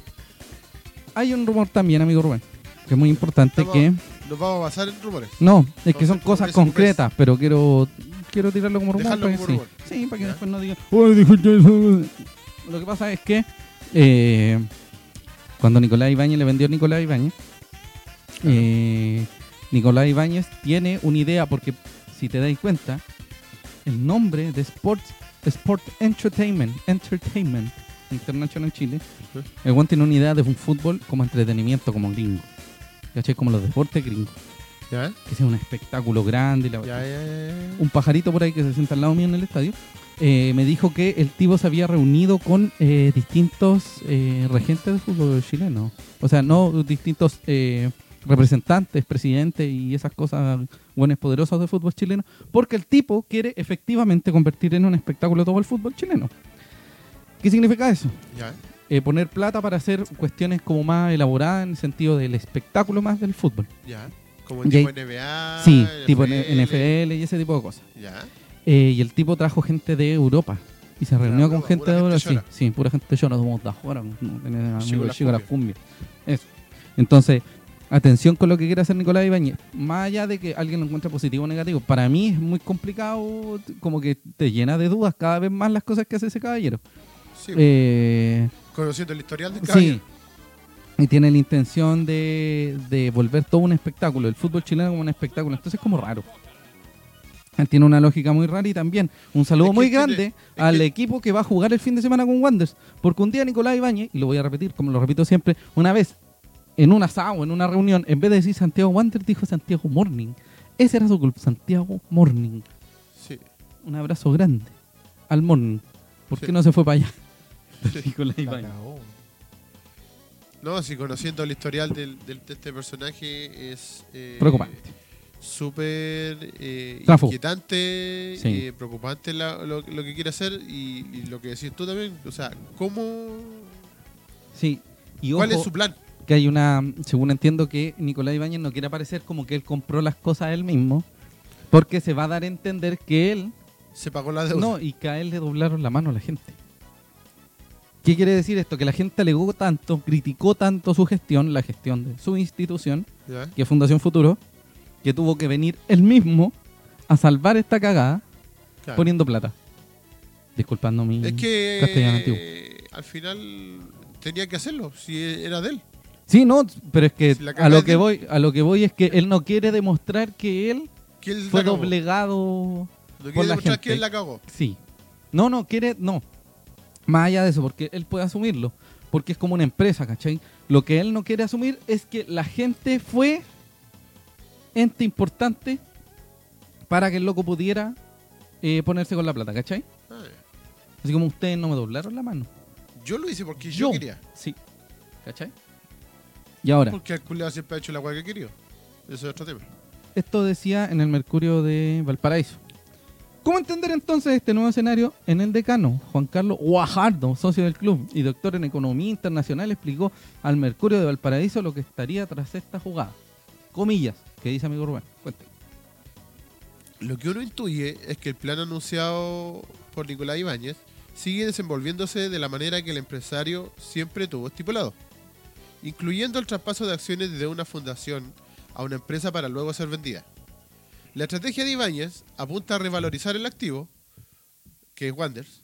S2: Hay un rumor también, amigo Rubén, que es muy importante
S1: Estamos-
S2: que.
S1: Nos vamos a basar en rumores.
S2: No, es que
S1: No,
S2: son
S1: no,
S2: cosas
S1: no, no, no,
S2: concretas, pero quiero quiero tirarlo como rumor.
S1: Dejarlo
S2: para que
S1: como
S2: sí.
S1: rumor.
S2: Sí, para que
S1: Ya.
S2: después no digan, "Ay, dijo yo eso". Lo que pasa es que eh, cuando Nicolás Ibáñez le vendió a Nicolás Ibáñez, eh, Nicolás Ibáñez tiene una idea, porque si te dais cuenta, el nombre de Sports, Sport Entertainment, Entertainment International Chile,
S1: Ujú.
S2: el one tiene una idea de un fútbol como entretenimiento, como gringo. ¿Cachai? Como los deportes gringos
S1: Ya,
S2: que sea un espectáculo grande. y la-
S1: ya, ya, ya.
S2: Un pajarito por ahí que se sienta al lado mío en el estadio eh, me dijo que el tipo se había reunido con eh, distintos eh, regentes de fútbol chileno. O sea, no distintos eh, representantes, presidentes y esas cosas, buenos poderosos de fútbol chileno, porque el tipo quiere efectivamente convertir en un espectáculo todo el fútbol chileno. ¿Qué significa eso?
S1: ya.
S2: Eh, poner plata para hacer cuestiones como más elaboradas en el sentido del espectáculo más del fútbol.
S1: Ya. Como
S2: Y ahí-
S1: tipo NBA.
S2: sí, tipo en
S1: NFL.
S2: NFL y ese tipo de cosas.
S1: Ya.
S2: Eh, y el tipo trajo gente de Europa. Y se reunió con
S1: Europa,
S2: gente
S1: pura
S2: de
S1: gente
S2: Europa.
S1: llora.
S2: Sí, sí, pura gente llora. Somos de afuera, no tenés amigos
S1: Chico la
S2: chicos, la cumbia. Eso. Entonces, atención con lo que quiere hacer Nicolás Ibáñez. Más allá de que alguien lo encuentre positivo o negativo, para mí es muy complicado. t- Como que te llena de dudas cada vez más las cosas que hace ese caballero.
S1: Sí, pues.
S2: Eh,
S1: conociendo el historial del
S2: Sí.
S1: caballero.
S2: Y tiene la intención de, de volver todo un espectáculo, el fútbol chileno como un espectáculo. Entonces es como raro. Él Tiene una lógica muy rara y también un saludo
S1: Es que
S2: muy
S1: tiene-
S2: grande
S1: es
S2: al
S1: que-
S2: equipo que va a jugar el fin de semana con Wanders. Porque un día Nicolás Ibáñez, y lo voy a repetir como lo repito siempre, una vez en un asado, en una reunión, en vez de decir Santiago Wanderers, dijo Santiago Morning. Ese era su club, Santiago Morning.
S1: Sí.
S2: Un abrazo grande al Morning. ¿Por
S1: Sí.
S2: qué no se fue para allá?
S1: Sí.
S2: Nicolás
S3: La
S2: Ibáñez.
S3: cagó.
S1: No, sí, conociendo el historial del, del- de este personaje es. eh,
S2: Preocupante.
S1: Súper eh,
S2: Trafo.
S1: inquietante,
S2: Sí.
S1: eh, preocupante la- lo, lo que quiere hacer y, y lo que decís tú también. O sea, ¿cómo.
S2: Sí. Y
S1: ¿Cuál
S2: ojo-
S1: es su plan?
S2: que hay una, según entiendo que Nicolás Ibáñez no quiere aparecer como que él compró las cosas él mismo, porque se va a dar a entender que él,
S1: Se pagó la deuda.
S2: no, y que a él le doblaron la mano a la gente. ¿Qué quiere decir esto? Que la gente alegó tanto, criticó tanto su gestión, la gestión de su institución,
S1: ¿Ya?
S2: que es Fundación Futuro, que tuvo que venir él mismo a salvar esta cagada
S1: Claro.
S2: poniendo plata. Disculpando mi
S1: Es que
S2: Mm, castellano antiguo.
S1: eh, al final tenía que hacerlo, si era de él.
S2: Sí, no, pero es que
S1: Si la
S2: a
S1: cagada
S2: lo
S1: es
S2: que
S1: de-
S2: voy, a lo que voy es que él no quiere demostrar que él
S1: Que él
S2: fue
S1: la cagó.
S2: doblegado.
S1: No quiere
S2: por la
S1: demostrar
S2: gente.
S1: que él la cagó.
S2: Sí. No, no, quiere, no. Más allá de eso, porque él puede asumirlo, porque es como una empresa, ¿cachai? Lo que él no quiere asumir es que la gente fue ente importante para que el loco pudiera eh, ponerse con la plata, ¿cachai?
S1: Ah, ya.
S2: Así como ustedes no me doblaron la mano.
S1: yo lo hice porque yo, quería.
S2: Sí. ¿Cachai? Y ahora,
S1: Porque el culiao siempre ha hecho la weá que quería. Eso es otro tema.
S2: Esto decía en el Mercurio de Valparaíso. ¿Cómo entender entonces este nuevo escenario? En el decano, Juan Carlos Guajardo, socio del club y doctor en Economía Internacional, explicó al Mercurio de Valparaíso lo que estaría tras esta jugada. Comillas, que dice amigo Rubén. Cuéntame.
S1: Lo que uno intuye es que el plan anunciado por Nicolás Ibáñez sigue desenvolviéndose de la manera que el empresario siempre tuvo estipulado, incluyendo el traspaso de acciones de una fundación a una empresa para luego ser vendida. La estrategia de Ibáñez apunta a revalorizar el activo, que es Wanders,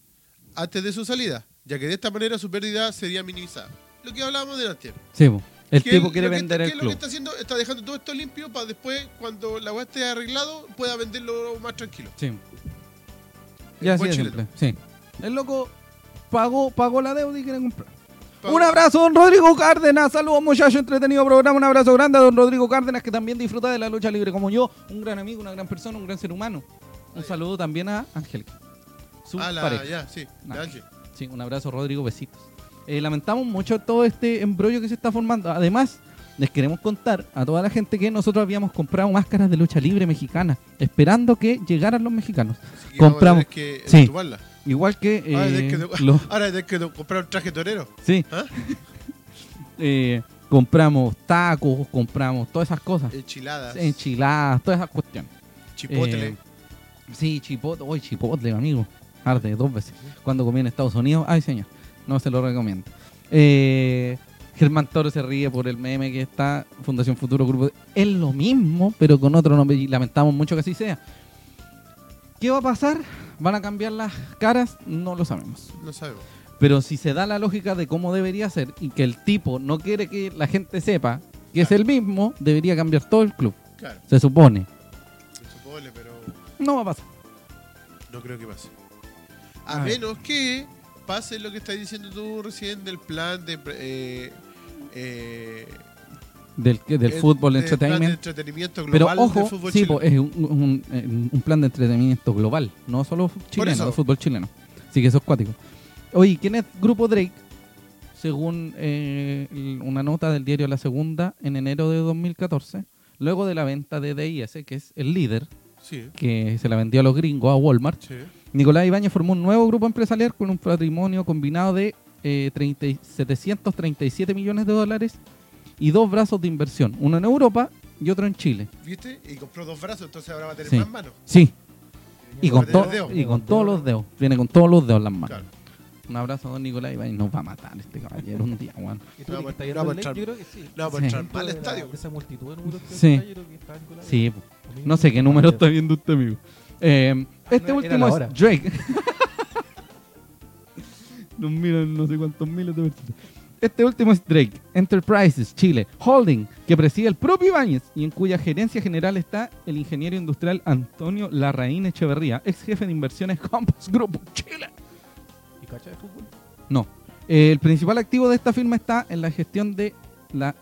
S1: antes de su salida, ya que de esta manera su pérdida sería minimizada. Lo que hablábamos delante.
S2: Sí, po. el
S1: Que
S2: tipo
S1: él-
S2: quiere
S1: lo que-
S2: vender
S1: que
S2: el
S1: él Lo
S2: club.
S1: que está haciendo está dejando todo esto limpio para después, cuando la weá esté arreglado, pueda venderlo más tranquilo.
S2: Sí.
S1: El
S2: Ya así
S1: buen
S2: de
S1: chileno.
S2: simple, Sí. El loco pagó, pagó la deuda y quiere comprar.
S1: Pa-
S2: Un abrazo, don Rodrigo Cárdenas. Saludos, muchachos. Entretenido programa. Un abrazo grande a don Rodrigo Cárdenas, que también disfruta de la lucha libre como yo. Un gran amigo, una gran persona, un gran ser humano. Un saludo también a Angélica. Su
S1: Ah, la-
S2: pareja.
S1: ya, sí,
S2: Nah.
S1: la Angie.
S2: Sí, un abrazo, Rodrigo. Besitos. Eh, lamentamos mucho todo este embrollo que se está formando. Además, les queremos contar a toda la gente que nosotros habíamos comprado máscaras de lucha libre mexicana, esperando que llegaran los mexicanos.
S1: Así que
S2: Compramos.
S1: vamos a tener que
S2: Sí.
S1: entubarla.
S2: Igual que.
S1: Ahora
S2: eh,
S1: tenés que,
S2: los-
S1: ahora tenés que comprar un traje torero.
S2: Sí.
S1: ¿Ah?
S2: Eh, compramos tacos, compramos todas esas cosas.
S1: Enchiladas.
S2: Enchiladas, todas esas cuestiones.
S1: chipotle.
S2: Eh, sí, chipotle. Hoy chipotle, amigo. Arde dos veces. Cuando comí en Estados Unidos, ay señor, no se lo recomiendo. Eh, Germán Toro se ríe por el meme que está Fundación Futuro Grupo. Es lo mismo, pero con otro nombre y lamentamos mucho que así sea. ¿Qué va a pasar? ¿Van a cambiar las caras? No lo sabemos.
S1: no sabemos.
S2: Pero si se da la lógica de cómo debería ser y que el tipo no quiere que la gente sepa que es el mismo, debería cambiar todo el club.
S1: Claro,
S2: Se supone.
S1: el chipotle, pero
S2: No va a pasar.
S1: no creo que pase. A
S2: Ah.
S1: menos que pase lo que estás diciendo tú recién del plan de. Eh, eh,
S2: Del, que- del
S1: el-
S2: fútbol
S1: Eh, del plan de
S2: entertainment.
S1: entretenimiento
S2: Pero
S1: global del
S2: ojo,
S1: fútbol
S2: sí,
S1: chileno.
S2: po, es un, un- eh, un- un plan de entretenimiento global, no solo chileno,
S1: eso.
S2: de fútbol chileno. Así que eso es cuático. Oye, ¿quién es Grupo Drake? Según eh, el- una nota del diario La Segunda, en enero de 2014, luego de la venta de DIS, que es el líder,
S1: Sí,
S2: que se la vendió a los gringos, a Walmart,
S1: sí.
S2: Nicolás Ibáñez formó un nuevo grupo empresarial con un patrimonio combinado de eh, 30 y- 737 millones de dólares y dos brazos de inversión, uno en Europa y otro en Chile.
S1: ¿Viste? Y compró dos brazos, entonces ahora va a tener
S2: Sí.
S1: más manos.
S2: Sí, y
S1: Tenía
S2: con,
S1: que perder
S2: to-
S1: el dedo.
S2: y con todos los dedos. Viene con todos los dedos las manos.
S1: Claro.
S2: Un abrazo a don Nicolás Ibáñez. Nos va a matar este caballero un día, weón.
S3: ¿Y tú
S1: No,
S3: crees que
S1: pues,
S3: está
S1: no,
S3: yendo
S1: pues,
S3: el
S1: Trump.
S3: Yo creo que sí.
S1: No,
S2: Sí.
S1: pues Trump al
S3: De la-
S1: estadio.
S3: de esa multitud en Europa,
S2: Sí.
S3: yo creo que está Nicolás.
S2: Sí, po.
S3: A mí
S2: no sé qué
S3: me
S2: número
S3: parece.
S2: está viendo usted, amigo. Eh, este
S3: era
S2: último
S3: la
S2: es
S3: hora.
S2: Drake. Nos miran no sé cuántos miles de personas. Este último es Drake, Enterprises Chile Holding, que preside el propio Ibáñez y en cuya gerencia general está el ingeniero industrial Antonio Larraín Echeverría, ex jefe de inversiones Compass Group Chile.
S3: ¿Y cacha de fútbol?
S2: No. Eh, el principal activo de esta firma está en la gestión de la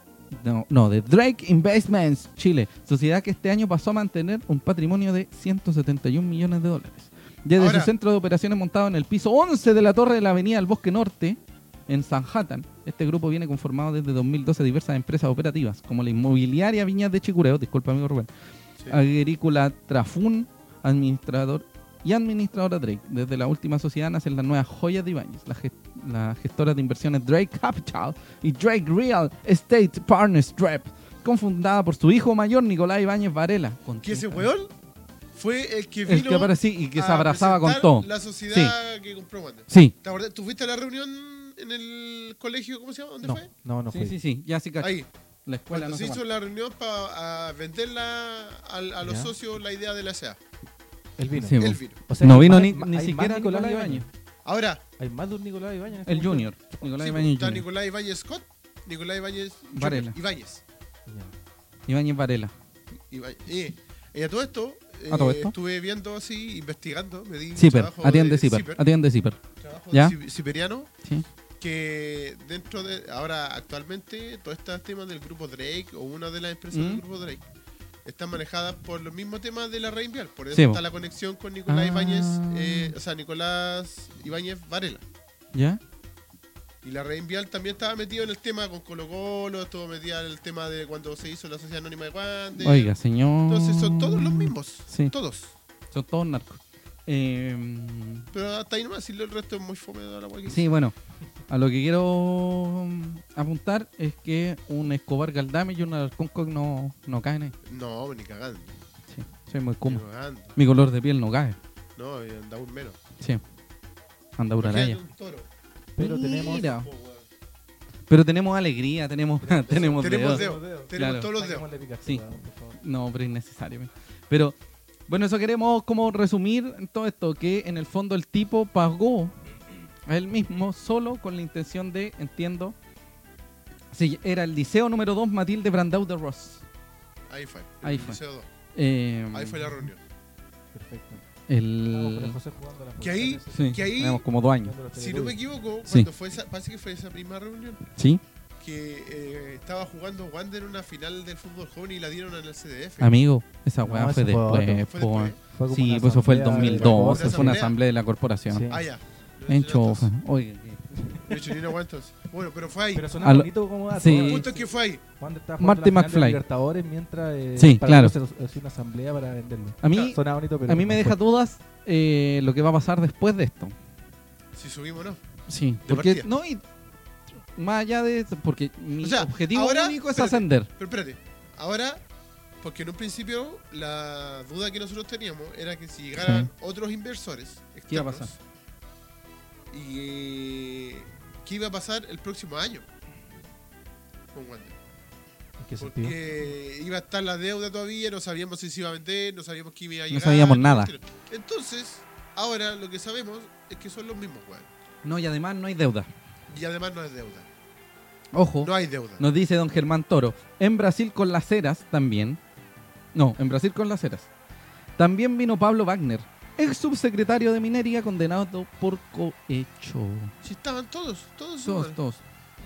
S2: no, no, de Drake Investments Chile, sociedad que este año pasó a mantener un patrimonio de 171 millones de dólares. Desde
S1: Ahora-
S2: su centro de operaciones montado en el piso 11 de la torre de la Avenida del Bosque Norte, en Sanhattan, este grupo viene conformado desde 2012 diversas empresas operativas, como la inmobiliaria Viñas de Chicureo, disculpa amigo Rubén,
S1: Sí.
S2: Agrícola Trafun, administrador y administradora Drake. Desde la última sociedad nacen las nuevas joyas de Ibáñez, la, gest- la gestora de inversiones Drake Capital y Drake Real Estate Partners Trap, confundada por su hijo mayor Nicolás Ibáñez Varela. con
S1: Que ese
S2: 30
S1: weón fue el que vino.
S2: El que aparecía y que se
S1: a
S2: abrazaba con
S1: presentar
S2: todo.
S1: La sociedad que compró Wander.
S2: Sí.
S1: ¿Te acordás? ¿Tú fuiste a la reunión en el colegio? ¿Cómo se llama? ¿Dónde
S3: No,
S1: fue?
S3: no, no
S2: sí,
S3: fue.
S2: sí, sí, ya sí cacho.
S1: Ahí.
S2: La escuela
S1: Cuando
S2: no
S1: se
S2: sé
S1: hizo
S2: cuánto.
S1: la reunión para venderla a, a los
S3: Ya.
S1: socios la idea de la SEA.
S3: El vino.
S2: Sí,
S1: Él
S2: bo.
S1: vino.
S3: O sea,
S2: no
S3: hay
S2: vino
S3: más-
S2: ni,
S3: hay
S2: ni
S3: más
S2: siquiera Nicolás Ibáñez,
S1: Ahora,
S3: Hay más de un Nicolás Ibáñez. en este
S2: el
S3: momento.
S2: junior.
S1: sí,
S2: Nicolás
S1: pues,
S2: Ibáñez
S1: está
S2: Junior.
S1: Nicolás Ibáñez Scott, Nicolás Ibáñez Jr.
S2: Varela.
S1: Ibáñez.
S3: Ya.
S2: Ibáñez Varela.
S1: Ibáñez. Eh, eh, a todo esto,
S2: A todo
S1: eh,
S2: esto.
S1: estuve viendo así, investigando, me di un
S2: Zipper,
S1: trabajo
S2: atiende
S1: de
S2: Zipper,
S1: Zipper,
S2: atiende Zipper.
S1: trabajo trabajo
S2: ¿Ya?
S1: de Sib- Siberiano,
S2: Sí.
S1: que dentro de, ahora actualmente, todos estos temas del grupo Drake o una de las empresas
S2: ¿Mm?
S1: del grupo Drake están manejadas por los mismos temas de la red mundial. Por eso
S2: Sí,
S1: está
S2: po.
S1: la conexión con Nicolás
S2: Ah.
S1: Ibáñez, eh, o sea, Nicolás Ibáñez Varela.
S2: ¿Ya?
S1: Y la red Vial también estaba metido en el tema con Colo Colo, estuvo metida en el tema de cuando se hizo la Sociedad Anónima de Wander.
S2: Oiga, señor.
S1: Entonces son todos los mismos.
S2: Sí.
S1: Todos.
S2: Son todos narcos. Eh,
S1: Pero hasta ahí nomás, y el resto es muy fome de la guay que
S2: sí, bueno. A lo que quiero mm, apuntar es que un Escobar Galdame y un Alarcón Cox no, no caen ahí.
S1: No, pues ni cagando.
S2: Sí, soy muy
S1: Ni
S2: cómodo.
S1: cagando.
S2: Mi color de piel no cae.
S1: No, y anda un menos.
S2: Sí.
S1: Imagínate
S2: Anda Uraraya.
S1: un toro.
S3: Pero tenemos-
S2: Mira.
S1: po, weón.
S2: Pero tenemos alegría, tenemos, tenemos,
S1: Tenemos
S2: dedos.
S1: dedos.
S3: dedos.
S1: Tenemos
S2: Claro.
S1: todos los dedos.
S3: Saquémosle picazón,
S2: Sí.
S3: weón, por favor.
S2: No, pero innecesario. Pero bueno, eso queremos como resumir en todo esto, que en el fondo el tipo pagó a él mismo solo con la intención de, entiendo, sí, era el liceo número 2 Matilde Brandau de Ross.
S1: Ahí fue.
S2: Ahí fue.
S1: Liceo dos.
S2: Eh,
S1: Ahí fue la reunión.
S3: Perfecto. Vamos con el
S2: El...
S3: José jugando a las
S1: Que ahí-
S3: posiciones,
S2: Sí,
S1: Que ahí-
S2: tenemos como dos años.
S3: jugando a los
S1: Si no me
S3: Teletubbies.
S1: equivoco,
S2: Sí.
S1: cuando fue esa, parece que fue esa primera reunión,
S2: Sí,
S1: que eh, estaba jugando Wander una final del fútbol joven y la dieron en el CDF.
S2: amigo, esa
S3: No,
S2: weá
S3: eso
S2: fue
S3: fue otro.
S2: después.
S1: Fue
S2: po.
S1: después.
S3: Fue como
S2: Sí,
S3: una
S2: pues eso fue el
S3: asamblea de
S2: 2002,
S1: la
S2: eso fue una
S1: corporación.
S2: asamblea de la corporación.
S3: Sí.
S1: Ah, ya.
S2: En
S1: Entonces,
S2: Chofa. Oye, qué-
S1: De hecho, ni una aguanto. Bueno, pero fue ahí.
S3: Pero suena
S2: A lo-
S3: bonito como dato,
S2: Sí.
S3: ¿no?
S1: El punto es que fue ahí.
S3: Juan estaba jugando
S2: Marty
S3: la final de
S2: McFly.
S3: Libertadores mientras eh,
S2: Sí,
S3: para
S2: claro.
S3: hacer- hacer una asamblea para venderlo.
S2: a mí,
S3: Suena bonito, pero
S2: a mí me
S3: no
S2: deja
S3: fue.
S2: dudas eh, lo que va a pasar después de esto.
S1: Si subimos, no.
S2: Sí, porque
S1: partida.
S2: no y más allá de porque mi
S1: O sea,
S2: objetivo
S1: ahora-
S2: único es
S1: espérate.
S2: ascender.
S1: Pero espérate. Ahora, porque en un principio la duda que nosotros teníamos era que si llegaran otros inversores externos,
S2: ¿Qué iba a pasar?
S1: Y eh, qué iba a pasar el próximo año con Wander.
S3: ¿En qué sentido?
S1: Porque iba a estar la deuda todavía, no sabíamos si se iba a vender, no sabíamos quién iba a
S2: No
S1: llegar.
S2: sabíamos nada.
S1: Entonces, ahora lo que sabemos es que son los mismos, weón.
S2: No, y además no hay deuda.
S1: Y además no hay deuda.
S2: Ojo,
S1: No hay deuda.
S2: nos dice don Germán Toro, en Brasil con las Heras también. No, en Brasil con las Heras. También vino Pablo Wagner, ex subsecretario de Minería condenado por cohecho.
S1: Si estaban todos, todos son.
S2: Todos, todos.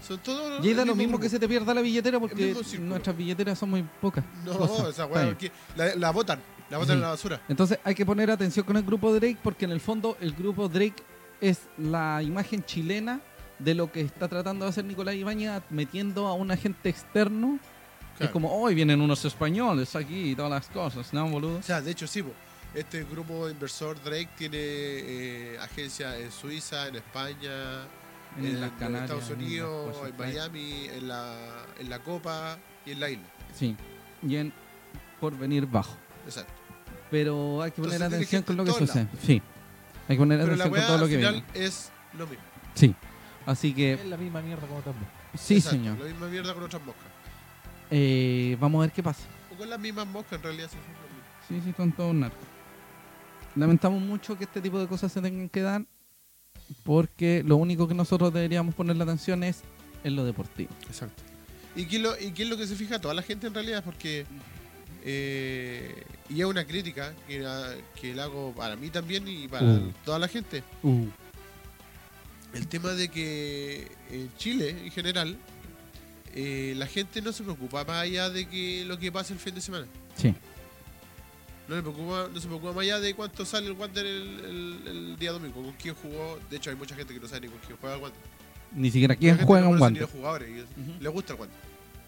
S1: Son todos
S2: Y da
S1: el mismo
S2: lo mismo
S1: grupo.
S2: que se te pierda la billetera porque
S1: mismo círculo.
S2: nuestras billeteras son muy pocas.
S1: No,
S2: cosas.
S1: esa
S2: Está
S1: weá,
S2: bien.
S1: aquí- la, la botan, la botan
S2: Sí.
S1: en la basura.
S2: Entonces hay que poner atención con el grupo Drake porque en el fondo el grupo Drake es la imagen chilena de lo que está tratando de hacer Nicolás Ibañez metiendo a un agente externo. que Es
S1: Claro.
S2: como, hoy vienen unos españoles aquí y todas las cosas, ¿no, boludo?
S1: O sea, de hecho, sí, po. este grupo inversor Drake tiene eh, agencias en Suiza, en España, en,
S2: las
S1: los
S2: Canarias,
S1: Estados
S2: en las
S1: Unidos,
S2: cosas,
S1: en
S2: claro.
S1: Miami, en la, en la Copa y en la isla.
S2: Sí, y en Porvenir Bajo.
S1: Exacto.
S2: Pero hay que poner
S1: Entonces, tiene
S2: atención
S1: gente
S2: con lo que
S1: en todos
S2: sucede. Sí, hay que poner
S1: Pero la
S2: atención con
S1: weá
S2: todo lo
S1: al
S2: que
S1: final
S2: viene.
S1: es lo mismo.
S2: Sí, así que,
S3: Es la misma mierda como también.
S2: sí,
S1: Exacto,
S2: señor.
S1: La misma mierda con otras moscas.
S2: Eh, vamos a ver qué pasa.
S1: O con las mismas moscas, en realidad. sí, es lo mismo.
S2: Sí, sí, con todo un narco. Lamentamos mucho que este tipo de cosas se tengan que dar porque lo único que nosotros deberíamos poner la atención es en lo deportivo.
S1: Exacto. ¿Y qué, es lo, ¿Y qué es lo que se fija toda la gente en realidad? Porque. eh, y es una crítica que, la- que la hago para mí también y para
S2: Mm.
S1: toda la gente. El tema de que en Chile, en general, eh, la gente no se preocupa más allá de que lo que pasa el fin de semana.
S2: Sí.
S1: No, le preocupa, no se preocupa más allá de cuánto sale el Wander el, el- el día domingo, con quién jugó. De hecho, hay mucha gente que no sabe ni con quién juega el Wander.
S2: Ni siquiera
S1: Hay
S2: quién
S1: gente
S2: juega
S1: que no
S2: un
S1: conoce ni
S2: guante.
S1: los jugadores, y
S2: Ujú.
S1: le gusta el Wander.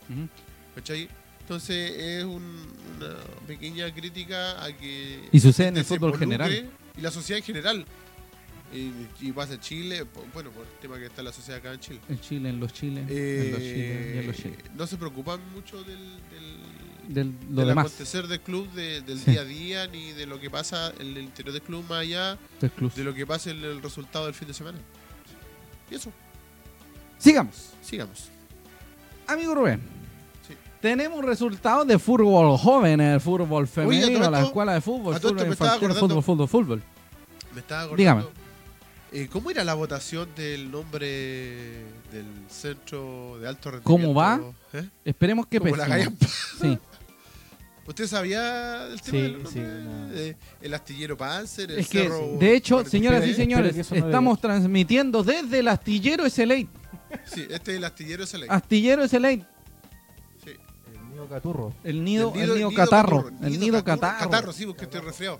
S2: Ujú.
S1: ¿Cachai? Entonces es un- una pequeña crítica a que...
S2: Y sucede en
S1: gente
S2: el
S1: se
S2: fútbol
S1: involucre
S2: general.
S1: Y la sociedad en general. Y, y pasa en Chile, po- bueno, por el tema que está la sociedad acá en Chile.
S2: El Chile, en los chiles, en los chiles y en los
S1: Eh,
S2: chiles.
S1: no se preocupan mucho del, del,
S2: Del, lo
S1: del
S2: demás,
S1: acontecer del club, de- del
S2: Sí.
S1: día a día, ni de lo que pasa en el interior del club más allá,
S2: del club.
S1: de lo que pasa en el resultado del fin de semana. Y eso,
S2: Sigamos.
S1: sigamos.
S2: Amigo Rubén,
S1: Sí.
S2: tenemos resultados de fútbol joven, el fútbol femenino,
S1: todo
S2: la
S1: esto-
S2: escuela de fútbol,
S1: a todo esto
S2: fútbol
S1: me estaba
S2: infantil,
S1: acordando-
S2: fútbol, fútbol, fútbol.
S1: Me estaba
S2: Dígame.
S1: acordando. eh, ¿Cómo era la votación del nombre del centro de alto rendimiento?
S2: ¿Cómo va?
S1: ¿Eh?
S2: Esperemos que
S1: Como la
S2: pésimo.
S1: gallampa.
S2: Sí.
S1: ¿Usted sabía del tema
S3: Sí,
S1: de los
S3: sí,
S1: nombres?
S3: no.
S1: Eh, el astillero Panzer, el
S2: Es que,
S1: cerro-
S2: de hecho,
S1: Guardi-
S2: señoras y
S3: espera,
S2: señores,
S3: espera que eso no
S2: estamos transmitiendo desde el astillero SLA.
S1: Sí, este es el astillero SLA.
S2: Ah, Astillero SLA,
S1: sí.
S3: El nido caturro.
S2: el nido,
S1: Del
S2: el nido catarro.
S1: caturro,
S2: El nido
S1: caturro,
S2: catarro.
S1: sí, porque estoy resfriado.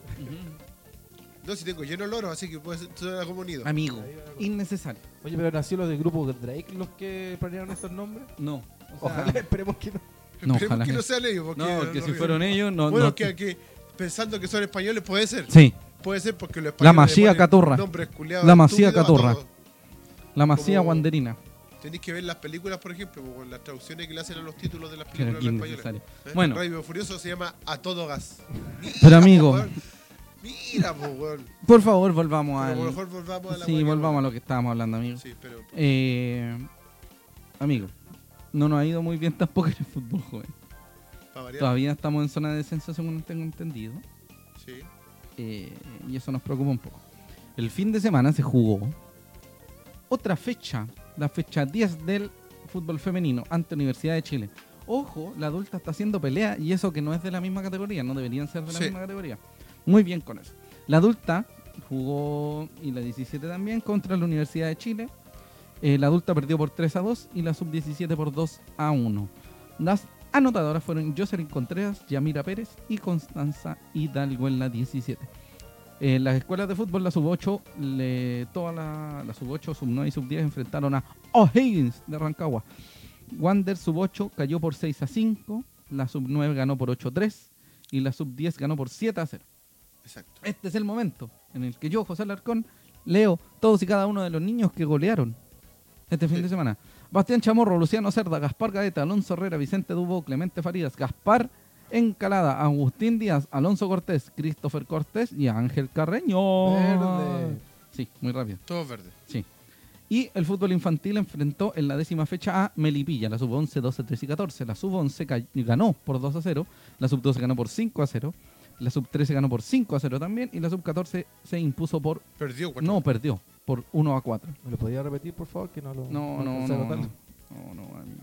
S1: No, si tengo lleno el oro, así que puede ser suena como nido.
S2: Amigo, innecesario.
S3: Oye, pero nació los del grupo Drake los que planearon estos nombres.
S2: No. o sea,
S3: Ojalá, esperemos que no.
S2: No,
S1: Esperemos
S2: ojalá.
S1: que no sean ellos. Porque
S2: No, porque si
S1: río.
S2: fueron ellos, no.
S1: Bueno,
S2: no-
S1: que, que pensando que son españoles puede ser.
S2: Sí,
S1: Puede ser porque los españoles.
S2: La Masía
S1: le ponen
S2: Caturra.
S1: nombres culiados
S2: La Masía
S1: estúpidos a
S2: Caturra.
S1: todos.
S2: la masía
S1: Como-
S2: guanderina.
S1: Tenéis que ver las películas, por ejemplo, con las traducciones que le hacen a los títulos de las
S2: Pero
S1: películas
S2: qué
S1: en español.
S2: innecesario. Bueno.
S1: Radio Furioso se llama A Todo Gas. Mira,
S2: Pero,
S1: po,
S2: amigo.
S1: weón. Mira, po, weón.
S2: Por favor, volvamos
S1: Pero por lo
S2: al.
S1: mejor volvamos a la
S2: Sí,
S1: weá que-
S2: volvamos a lo que estábamos hablando, amigo.
S1: Sí, pero.
S2: Eh, amigo, no nos ha ido muy bien tampoco en el fútbol, joven.
S1: Para variar.
S2: Todavía estamos en zona de descenso, según tengo entendido.
S1: Sí.
S2: eh, y eso nos preocupa un poco. El fin de semana se jugó otra fecha, la fecha 10 del fútbol femenino ante Universidad de Chile. Ojo, la adulta está haciendo pelea y eso que no es de la misma categoría, no deberían ser de la
S1: Sí.
S2: misma categoría. Muy bien con eso. La adulta jugó, y la 17 también, contra la Universidad de Chile. Eh, la adulta perdió por 3 a 2 y la sub 17 por 2 a 1. Las anotadoras fueron Jocelyn Contreras, Yamira Pérez y Constanza Hidalgo en la 17. En las escuelas de fútbol, la sub-8, le- todas las la sub-8, sub-9 y sub-10 enfrentaron a O'Higgins de Rancagua. Wander sub-8 cayó por 6 a 5, la sub-9 ganó por 8 a 3 y la sub-10 ganó por 7 a 0.
S1: Exacto.
S2: Este es el momento en el que yo, José Alarcón, leo todos y cada uno de los niños que golearon este fin
S1: Sí.
S2: de semana. Bastián Chamorro, Luciano Cerda, Gaspar Gaeta, Alonso Herrera, Vicente Dubo, Clemente Farías, Gaspar Encalada, Agustín Díaz, Alonso Cortés, Christopher Cortés y Ángel Carreño.
S3: Verde.
S2: Sí, muy rápido.
S1: Todo verde.
S2: Sí. Y el fútbol infantil enfrentó en la décima fecha a Melipilla, la sub 11, 12, 13 y 14. La sub 11 ca- ganó por 2 a 0, la sub 12 ganó por 5 a 0, la sub 13 ganó por 5 a 0 también y la sub 14 se impuso por.
S1: Perdió cuatro.
S2: No, perdió, por 1 a 4.
S3: ¿Me lo podía repetir, por favor? Que no lo.
S2: No, no, no.
S3: alcancé a
S2: No,
S3: notar.
S2: no, no, amigo.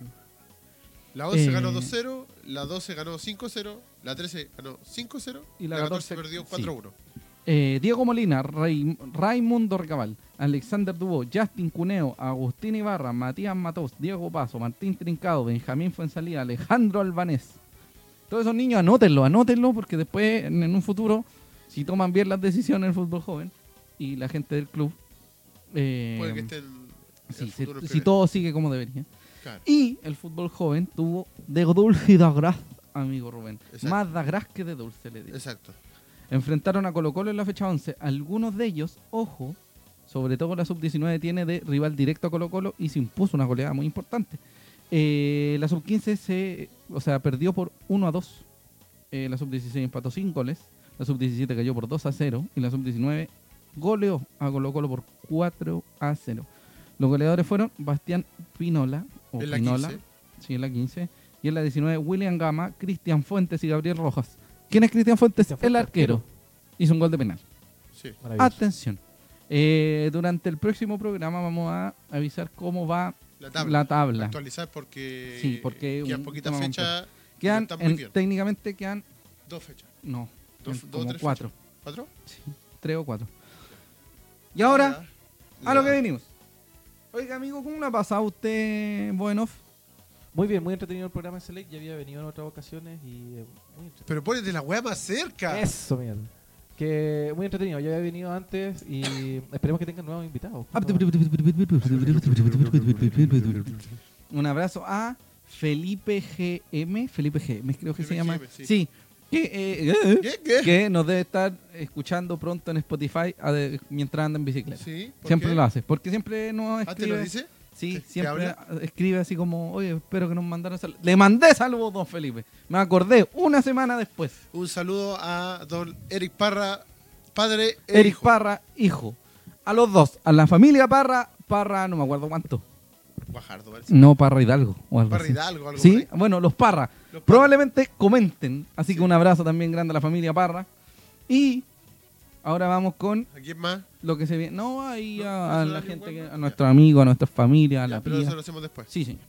S1: La 11
S2: Eh.
S1: ganó 2-0, la 12 ganó 5-0, la 13 ganó 5-0
S2: Y la 14
S1: perdió
S2: sí.
S1: 4-1.
S2: Eh, Diego Molina, Ray- Raimundo Arcabal, Alexander Dubó, Justin Cuneo, Agustín Ibarra, Matías Matos, Diego Paso, Martín Trincado, Benjamín Fuensalida, Alejandro Albanés. Todos esos niños, anótenlo, anótenlo, porque después, en, en un futuro, si toman bien las decisiones del fútbol joven y la gente del club, eh,
S1: Puede que esté en el
S2: sí, se-
S1: futuro en
S2: si
S1: primera.
S2: todo sigue como debería.
S1: Claro.
S2: Y el fútbol joven tuvo de dulce gras, amigo Rubén.
S1: Exacto.
S2: Más da gras que de dulce, le digo.
S1: Exacto.
S2: Enfrentaron a Colo Colo en la fecha 11. Algunos de ellos, ojo, sobre todo la sub-19 tiene de rival directo a Colo Colo y se impuso una goleada muy importante. Eh, la sub-15 se, o sea, perdió por 1 a 2. Eh, la sub-16 empató 5 goles. La sub-17 cayó por 2 a 0. Y la sub-19 goleó a Colo Colo por 4 a 0. Los goleadores fueron Bastián Pinola. O
S1: En la
S2: Pinola
S1: 15.
S2: Sí, en la 15. Y en la 19, William Gama, Cristian Fuentes y Gabriel Rojas. ¿Quién es Cristian Fuentes?
S3: Cristian Fuentes,
S2: el arquero. Hizo un gol de penal.
S1: Sí.
S2: Ah,
S3: Maravilloso.
S2: Atención. Eh, durante el próximo programa vamos a avisar cómo va
S1: La tabla.
S2: la tabla.
S1: Actualizar porque,
S2: Sí, porque
S1: quedan
S2: un-
S1: poquitas
S2: no,
S1: fechas. ya
S2: Quedan,
S1: están muy
S2: en-
S1: bien.
S2: técnicamente quedan,
S1: Dos fechas.
S2: no,
S1: Dos- dos,
S2: en como
S1: tres
S2: cuatro,
S1: ¿Cuatro?
S2: tres o cuatro. Y ahora,
S1: Ya.
S2: a lo que venimos. Oiga, amigo, ¿cómo la ha pasado usted, Buenov?
S3: Muy bien, muy entretenido el programa Select. Ya había venido en otras ocasiones y. eh, muy entretenido.
S1: Pero ponete la weá más cerca.
S3: Eso, mierda. Que muy entretenido. Ya había venido antes y esperemos que tengan nuevos invitados.
S2: Ah, Un abrazo a Felipe GM. Felipe GM, creo que
S1: Felipe
S2: se llama.
S1: GM, sí.
S2: Sí. Que, eh, eh,
S1: ¿Qué? ¿Qué?
S2: que nos debe estar escuchando pronto en Spotify a de- mientras anda en bicicleta.
S1: Sí, ¿por
S2: siempre
S1: qué?
S2: lo hace, porque siempre nos
S1: ¿Ah, te lo
S2: escribe.
S1: dice?
S2: Sí,
S1: ¿Te- te
S2: siempre
S1: habla?
S2: escribe así como, oye, espero que nos mandaran saludos. Le mandé saludos, don Felipe. Me acordé una semana después.
S1: Un saludo a don Eric Parra, padre e
S2: Eric
S1: hijo.
S2: Parra, hijo. A los dos, a la familia Parra, Parra, no me acuerdo cuánto.
S1: Guajardo, parece.
S2: No, Parra Hidalgo. o algo
S1: Parra
S2: así.
S1: Hidalgo, algo
S2: Sí,
S1: por
S2: bueno, los Parra.
S1: Los Parra.
S2: Probablemente comenten. Así
S1: Sí.
S2: que un abrazo también grande a la familia Parra. Y ahora vamos con
S1: ¿A quién más?
S2: lo que se viene. No, ahí
S1: No,
S2: a, a
S1: eso
S2: la
S1: da
S2: gente,
S1: igual,
S2: que-
S1: ¿no?
S2: a nuestros amigos, a nuestras familias, a
S1: Ya,
S2: la
S1: pero
S2: tía.
S1: eso lo hacemos después.
S2: Sí, señor.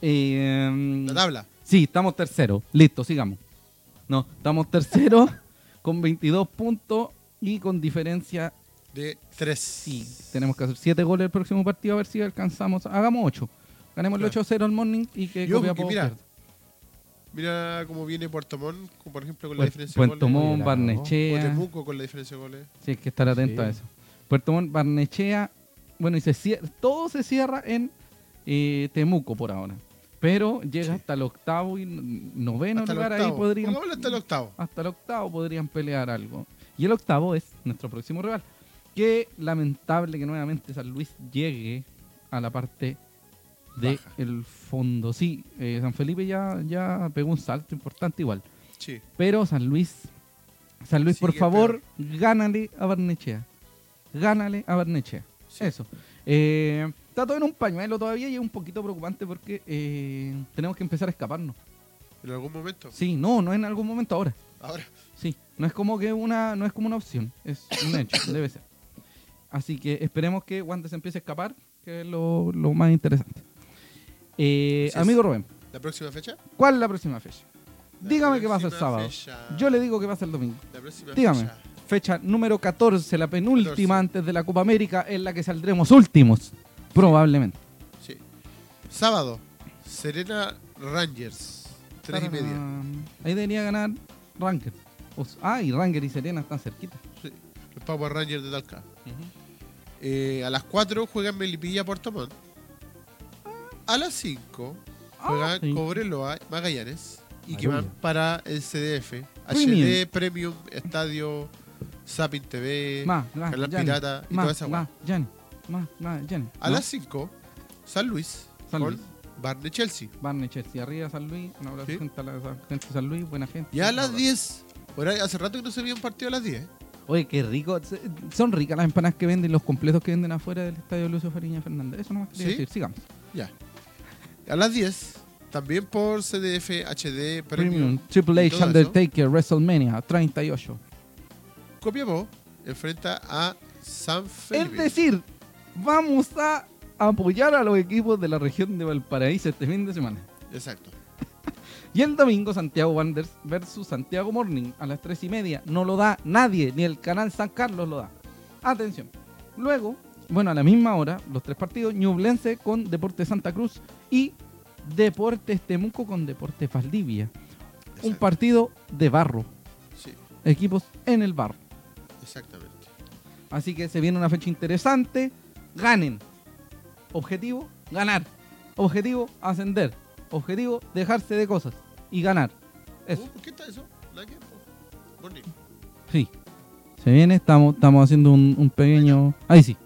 S2: Eh,
S1: La tabla.
S2: sí, estamos tercero. Listo, sigamos. No, estamos terceros con 22 puntos y con diferencia
S1: De 3.
S2: sí, tenemos que hacer 7 goles el próximo partido a ver si alcanzamos. Hagamos 8. Ganemos el
S1: Claro.
S2: 8-0 al morning y que
S1: Yo,
S2: Copiapó
S1: y mira,
S2: pierda.
S1: Mira cómo viene Puerto Montt, con- por ejemplo, con la
S2: Puer-
S1: diferencia de
S2: Puerto
S1: goles.
S2: Montt, eh.
S3: Oye,
S1: O
S2: Barnechea.
S1: Temuco con la diferencia de goles.
S2: Sí, hay que estar atento
S3: Sí.
S2: a eso. Puerto Montt, Barnechea. Bueno, y se cier- todo se cierra en eh, Temuco por ahora. Pero llega hasta el octavo y n- noveno
S1: hasta el
S2: lugar.
S1: octavo.
S2: Ahí podrían.
S1: Pongámosle hasta el octavo.
S2: Hasta el octavo podrían pelear algo. Y el octavo es nuestro próximo rival. Qué lamentable que nuevamente San Luis llegue a la parte del
S1: Baja.
S2: el fondo. Sí, eh, San Felipe ya, ya pegó un salto importante igual.
S1: Sí.
S2: Pero San Luis, San Luis, por
S1: Sigue
S2: favor, gánale a Barnechea. Gánale a Barnechea.
S1: Sí.
S2: Eso. Eh, está todo en un pañuelo todavía y es un poquito preocupante porque eh, tenemos que empezar a escaparnos.
S1: En algún momento.
S2: Sí, no, no en algún momento ahora.
S1: Ahora.
S2: Sí, no es como que una, no es como una opción, es un hecho, debe ser. Así que esperemos que Wanda se empiece a escapar, que es lo, lo más interesante. Eh,
S1: Así es.
S2: amigo Rubén,
S1: ¿La próxima fecha?
S2: ¿cuál es la próxima fecha?
S1: La
S2: Dígame qué pasa el
S1: próxima
S2: sábado.
S1: fecha.
S2: Yo le digo que pasa el domingo.
S1: La próxima
S2: Dígame.
S1: fecha.
S2: Fecha número 14, la penúltima
S1: 14.
S2: antes de la Copa América, en la que saldremos últimos, probablemente.
S1: Sí. Sábado. Serena Rangers.
S2: Ah.
S1: Tres y media.
S2: Tararán. Ahí debería ganar Ranger. O s- ah, y Ranger y Serena están cerquita.
S1: Sí. Los Power Rangers de Talca. Eh, a las 4 juegan Melipilla Puerto Montt. A las 5
S2: Ah,
S1: juegan
S2: sí.
S1: Cobreloa Magallanes. Y que
S3: Maravilla.
S1: van para el CDF.
S2: Premium.
S1: HD Premium Estadio Sapin TV.
S2: Más, más,
S1: Canal
S2: Gianni.
S1: Pirata y
S2: más,
S1: toda esa weá.
S2: más, Gianni. Más, más, Gianni.
S1: A
S2: No,
S1: las 5, San Luis
S2: San
S1: con
S2: Luis.
S1: Barney Chelsea.
S2: Barney, Chelsea, arriba San Luis. Un abrazo
S1: Sí.
S2: gente a la a la gente de San Luis, buena gente.
S1: Y a
S2: Un
S1: las
S2: abrazo.
S1: 10. por ahí, hace rato que no se veía un partido a las ¿eh? 10.
S2: Oye, qué rico. Se- Son ricas las empanadas que venden, los completos que venden afuera del estadio Lucio Fariña Fernández. Eso nomás quería
S1: ¿Sí?
S2: decir. Sigamos.
S1: Ya. A las 10. También por CDF HD
S2: Premium,
S1: Premium.
S2: Triple
S1: y todo
S2: H,
S1: eso.
S2: Undertaker, WrestleMania 38.
S1: Copiapó enfrenta a San
S2: Es
S1: Felipe.
S2: decir, vamos a apoyar a los equipos de la región de Valparaíso este fin de semana.
S1: Exacto.
S2: Y el domingo Santiago Wanderers versus Santiago Morning a las 3 y media. No lo da nadie, ni el canal San Carlos lo da. Atención. Luego, bueno, a la misma hora, los tres partidos, Ñublense con Deportes Santa Cruz y Deportes Temuco con Deportes Valdivia. Un
S1: Exacto.
S2: partido de barro.
S1: Sí,
S2: Equipos en el barro.
S1: exactamente.
S2: Así que se viene una fecha interesante. Ganen. Objetivo, ganar. Objetivo, ascender. Objetivo, dejarse de cosas y ganar. Eso.
S1: Uh, ¿Por qué está eso? Nada que ver, po. Morning.
S2: Sí. Se viene, estamos, estamos haciendo un, un pequeño. Ahí sí.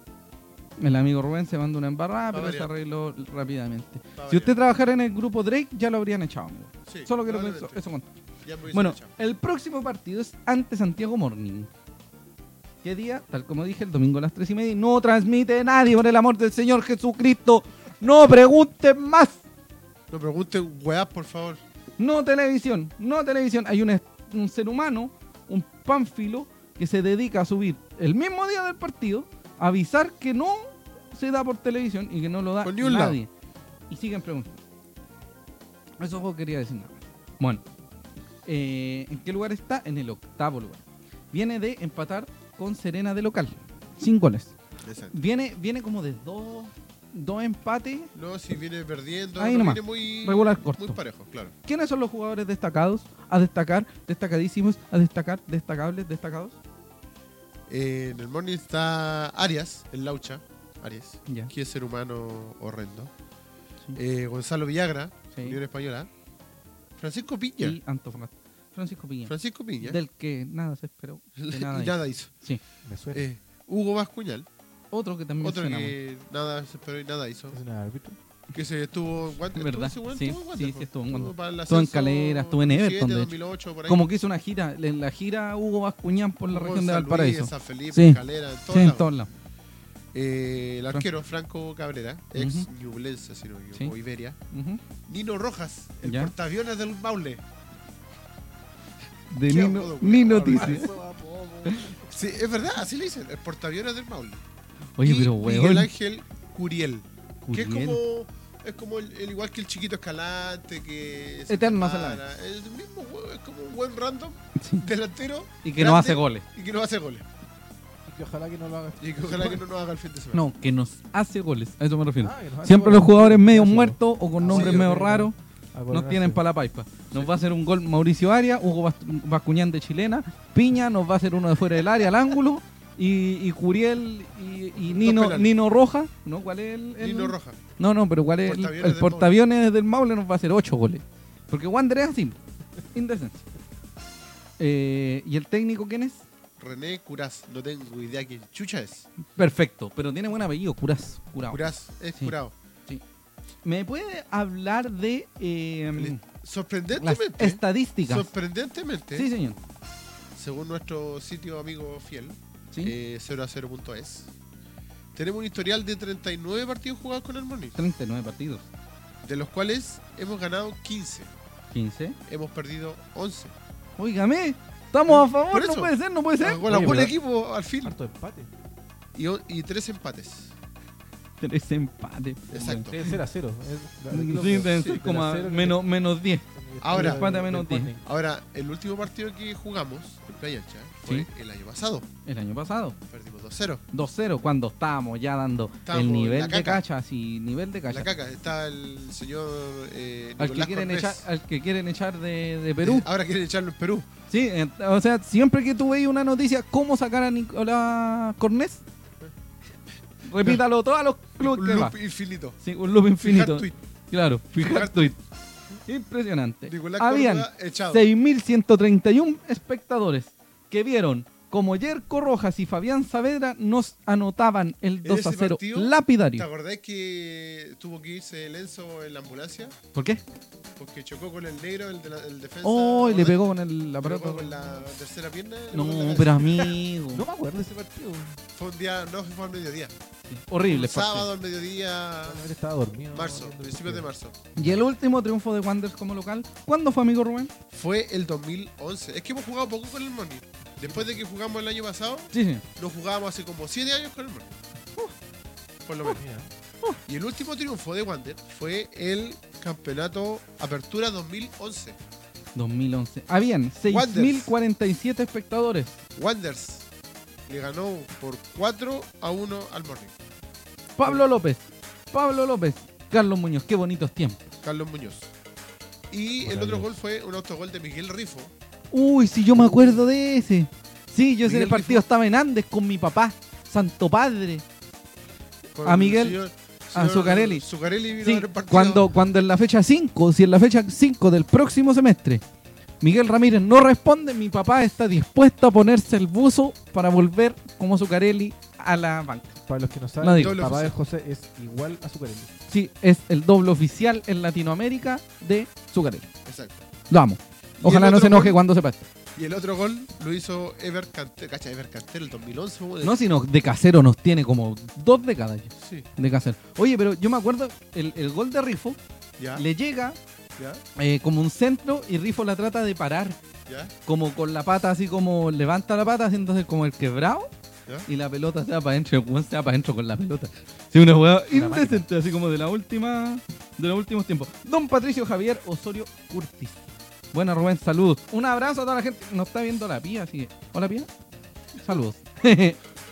S2: El amigo Rubén se mandó una embarrada,
S1: Va
S2: pero se
S1: variando.
S2: arregló rápidamente.
S1: Va
S2: Si usted
S1: variando.
S2: trabajara en el grupo Drake, ya lo habrían echado, amigo.
S1: Sí,
S2: Solo que lo
S1: probablemente.
S2: pensó. Eso contó.
S1: Ya me hubiese
S2: Bueno,
S1: echado.
S2: el próximo partido es ante Santiago Morning. ¿Qué día? Tal como dije, el domingo a las 3 y media. No transmite nadie, por el amor del Señor Jesucristo. No pregunten más.
S1: No pregunten, weá, por favor.
S2: No televisión, no televisión. Hay un, est- un ser humano, un pánfilo, que se dedica a subir el mismo día del partido, a avisar que no se da por televisión y que no lo da
S1: Por ni un
S2: nadie. Y siguen preguntando. Eso vos quería decir nada. más. Bueno, eh, ¿en qué lugar está? En el octavo lugar. Viene de empatar con Serena de local. Sin goles.
S1: Exacto.
S2: Viene, viene como de dos, dos empates
S1: No, si viene perdiendo,
S2: Ahí
S1: no
S2: nomás.
S1: viene muy,
S2: Regular corto.
S1: muy parejo, claro.
S2: ¿Quiénes son los jugadores destacados? A destacar, destacadísimos, a destacar, destacables, destacados.
S1: Eh, en el morning está Arias, el Laucha, Arias,
S2: Ya.
S1: que es ser humano horrendo.
S2: Sí.
S1: Eh, Gonzalo Villagra,
S2: Sí.
S1: Unión Española. Francisco Piña.
S2: Y Antofagasta. Francisco Piña.
S1: Francisco Piña.
S2: Del que nada se esperó. que
S1: Y
S2: nada
S1: nada,
S2: hizo.
S1: hizo.
S2: Sí.
S3: Me suena.
S1: Eh, Hugo Bascuñal,
S2: Otro que también
S1: otro
S2: mencionamos.
S1: que nada se esperó y nada hizo.
S3: ¿Es un árbitro?
S1: Que se estuvo en Wander.
S2: ¿Verdad?
S1: estuvo ese weón, estuvo
S2: Sí,
S1: en Wander,
S2: sí,
S1: po.
S2: sí, estuvo en Wander.
S1: para el
S2: Estuvo en
S1: ascenso
S2: Calera, estuvo en Everton,
S1: 2007,
S2: de hecho.
S1: 2008, por ahí.
S2: Como que hizo una gira, en la gira Hugo Bascuñán por la
S1: Hubo
S2: región de
S1: San Luis,
S2: Valparaíso.
S1: San Felipe,
S2: Sí.
S1: Calera, en todos
S2: Sí, en
S1: lados.
S2: todos lados.
S1: Eh, el arquero Franco Cabrera, ex
S2: Ujú.
S1: Ñublense, si no me
S2: Sí.
S1: equivoco, Iberia.
S2: Ujú.
S1: Nino Rojas, el
S2: Ya.
S1: portaaviones del Maule.
S2: De
S1: Qué
S2: Nino,
S1: apodo,
S2: ni
S1: weón.
S2: noticias.
S1: Sí, es verdad, así le dicen, el portaaviones del Maule.
S2: Oye,
S1: Y
S2: pero
S1: Miguel
S2: weón.
S1: Ángel Curiel, que es
S2: Curiel.
S1: como, es como el, el igual que el chiquito Escalante, que... se
S2: Eterno
S1: prepara, Es el mismo, weón, es como un buen random delantero.
S2: Y que no
S1: grande,
S2: hace goles.
S1: Y que no hace goles.
S3: Y que ojalá que no lo haga.
S1: Y que ojalá que no nos haga el fin de semana.
S2: No, que nos hace goles. A eso me refiero.
S3: Ah, que nos hace
S2: Siempre
S3: goles.
S2: los jugadores medio
S3: Hace
S2: muertos o con
S3: Ah,
S2: nombres
S1: sí,
S2: medio
S3: ok.
S2: raros
S3: Acordarse.
S2: nos tienen para la paipa. Nos va a hacer un gol Mauricio Arias, Hugo Bast- Bascuñán de chilena, Piña nos va a hacer uno de fuera del área al ángulo y, y Curiel y, y Nino
S1: penales.
S2: Nino Roja, ¿no? ¿Cuál es el, el-
S1: Nino Roja.
S2: No, no, pero ¿cuál es el-
S1: Portaaviones
S2: el,
S1: del
S2: portaaviones del Maule nos va a hacer ocho goles? Porque Wander es así, indecencia. Eh, ¿Y el técnico quién es?
S1: René Curaz. No tengo idea quién chucha es.
S2: Perfecto, pero tiene buen apellido, Curaz. Curao.
S1: Curaz es
S2: Sí.
S1: curado.
S2: ¿Me puede hablar de eh, las
S1: Sorprendentemente.
S2: estadísticas?
S1: Sorprendentemente,
S2: Sí, señor.
S1: según nuestro sitio amigo fiel,
S2: Sí.
S1: eh, 0 a 0.es, tenemos un historial de 39 partidos jugados con el Moni,
S2: 39 partidos.
S1: de los cuales hemos ganado 15,
S2: 15.
S1: hemos perdido 11.
S2: Óigame, estamos a
S1: Por
S2: favor,
S1: eso.
S2: no
S1: Ah,
S2: puede ser, no puede ser.
S1: Con la
S3: Oye,
S1: buen
S3: pero-
S1: equipo al fin
S3: Harto empate.
S1: y, o- y tres empates.
S2: Tres empates.
S1: Exacto.
S3: Debe ser a cero. Es-
S2: Sí,
S3: aquí lo-
S2: deben
S1: sí,
S2: ser
S1: de
S2: como
S3: la
S2: a
S3: cero que-
S2: menos, menos 10.
S1: Ahora-
S2: Empate a menos 10.
S1: Ahora, el último partido que jugamos en Playa Ancha fue
S2: Sí.
S1: el año pasado.
S2: El año pasado.
S1: Perdimos 2-0.
S2: 2-0 cuando estábamos ya dando
S1: Estábamos
S2: el
S1: la
S2: nivel de
S1: caca.
S2: cacha, sí, nivel de cacha.
S1: La caca, está el señor eh,
S2: Al que,
S1: Nicolás
S2: quieren
S1: Cortés.
S2: echar, al que quieren echar de, de Perú.
S1: Ahora quieren echarlo en Perú.
S2: Sí, eh, o sea, siempre que tú veis una noticia, ¿cómo sacar a Nicolás Cornés? Repítalo todos los clubes
S1: Un
S2: que va.
S1: loop infinito.
S2: Sí, un loop
S1: Fijar
S2: infinito.
S1: tweet.
S2: Claro, fijar
S1: Fijar
S2: tweet. Impresionante.
S1: Nicolás
S2: Eh, Habían
S1: Córdoba echado.
S2: 6.131 espectadores que vieron como Yerko Rojas y Fabián Saavedra nos anotaban el
S1: En
S2: 2 a
S1: ese
S2: 0
S1: partido, ¿Te
S2: lapidario.
S1: acordás que tuvo que irse Lenzo en la ambulancia?
S2: ¿Por qué?
S1: Porque chocó con el negro, el, de la- el defensa.
S2: Oh, y le
S1: ¿Te acordás?
S2: pegó con el
S1: Le pegó
S2: aparato.
S1: con la tercera pierna. le pegó en
S2: No,
S1: la
S2: pero
S1: cabeza.
S2: amigo.
S3: No me acuerdo de ese partido.
S1: Fue un día, no, fue al mediodía.
S2: Sí, Horrible.
S1: Un
S2: partido.
S1: sábado al mediodía,
S3: Probablemente Estaba dormido.
S1: marzo, principios de marzo.
S2: Y el último triunfo de Wanderers como local, ¿cuándo fue, amigo Rubén?
S1: Fue el 2011. Es que hemos jugado poco con el Moni. Después de que jugamos el año pasado,
S2: Sí, señor.
S1: no jugábamos hace como 7 años con el Moni.
S2: Uh.
S1: Por lo menos.
S3: Mira,
S1: Y el último triunfo de Wander fue el campeonato Apertura 2011.
S2: 2011. Habían 6.047 espectadores.
S1: Wanders le ganó por 4 a 1 al Morning.
S2: Pablo López, Pablo López, Carlos Muñoz, qué bonitos tiempos.
S1: Carlos Muñoz. Y el otro gol fue un autogol de Miguel Rifo.
S2: Uy, si yo me acuerdo de ese. Sí, yo ese
S1: Miguel
S2: partido
S1: Rifo.
S2: estaba en Andes con mi papá, Santo Padre.
S1: con
S2: A
S1: el
S2: Miguel-
S1: señor-
S2: a
S1: señor
S2: Zuccarelli.
S1: Zuccarelli vino a
S2: Sí,
S1: ver el partido.
S2: cuando, cuando en la fecha 5, si en la fecha 5 del próximo semestre Miguel Ramírez no responde, mi papá está dispuesto a ponerse el buzo para volver como Zuccarelli a la banca.
S3: Para los que no
S2: No
S3: saben,
S2: digo.
S3: el papá de José es igual a su cariño.
S2: Sí, es el doble oficial en Latinoamérica de Zuccarelli.
S1: Exacto.
S2: Lo amo. Ojalá
S1: el
S2: no
S1: otro
S2: se enoje
S1: gol?
S2: cuando sepa. esto.
S1: Y el otro gol lo hizo Ever Canter. Cacha, Ever Canter el 2011. fue
S2: No, sino de casero nos tiene como dos décadas ya
S1: Sí,
S2: de casero. Oye, pero yo me acuerdo, el, el gol de Rifo
S1: ya,
S2: le llega
S1: ya,
S2: eh, como un centro y Rifo la trata de parar.
S1: ya.
S2: como con la pata, así como levanta la pata, haciéndose como el quebrado.
S1: ¿Ya?
S2: Y la pelota se va para adentro, el weón se va para adentro con la pelota. Sí, una jugada indecente, así como de la última, de los últimos tiempos. Don Patricio Javier Osorio Curtis. Buena Rubén, saludos. Un abrazo a toda la gente. Nos está viendo la pía, así que. Hola pía. Saludos.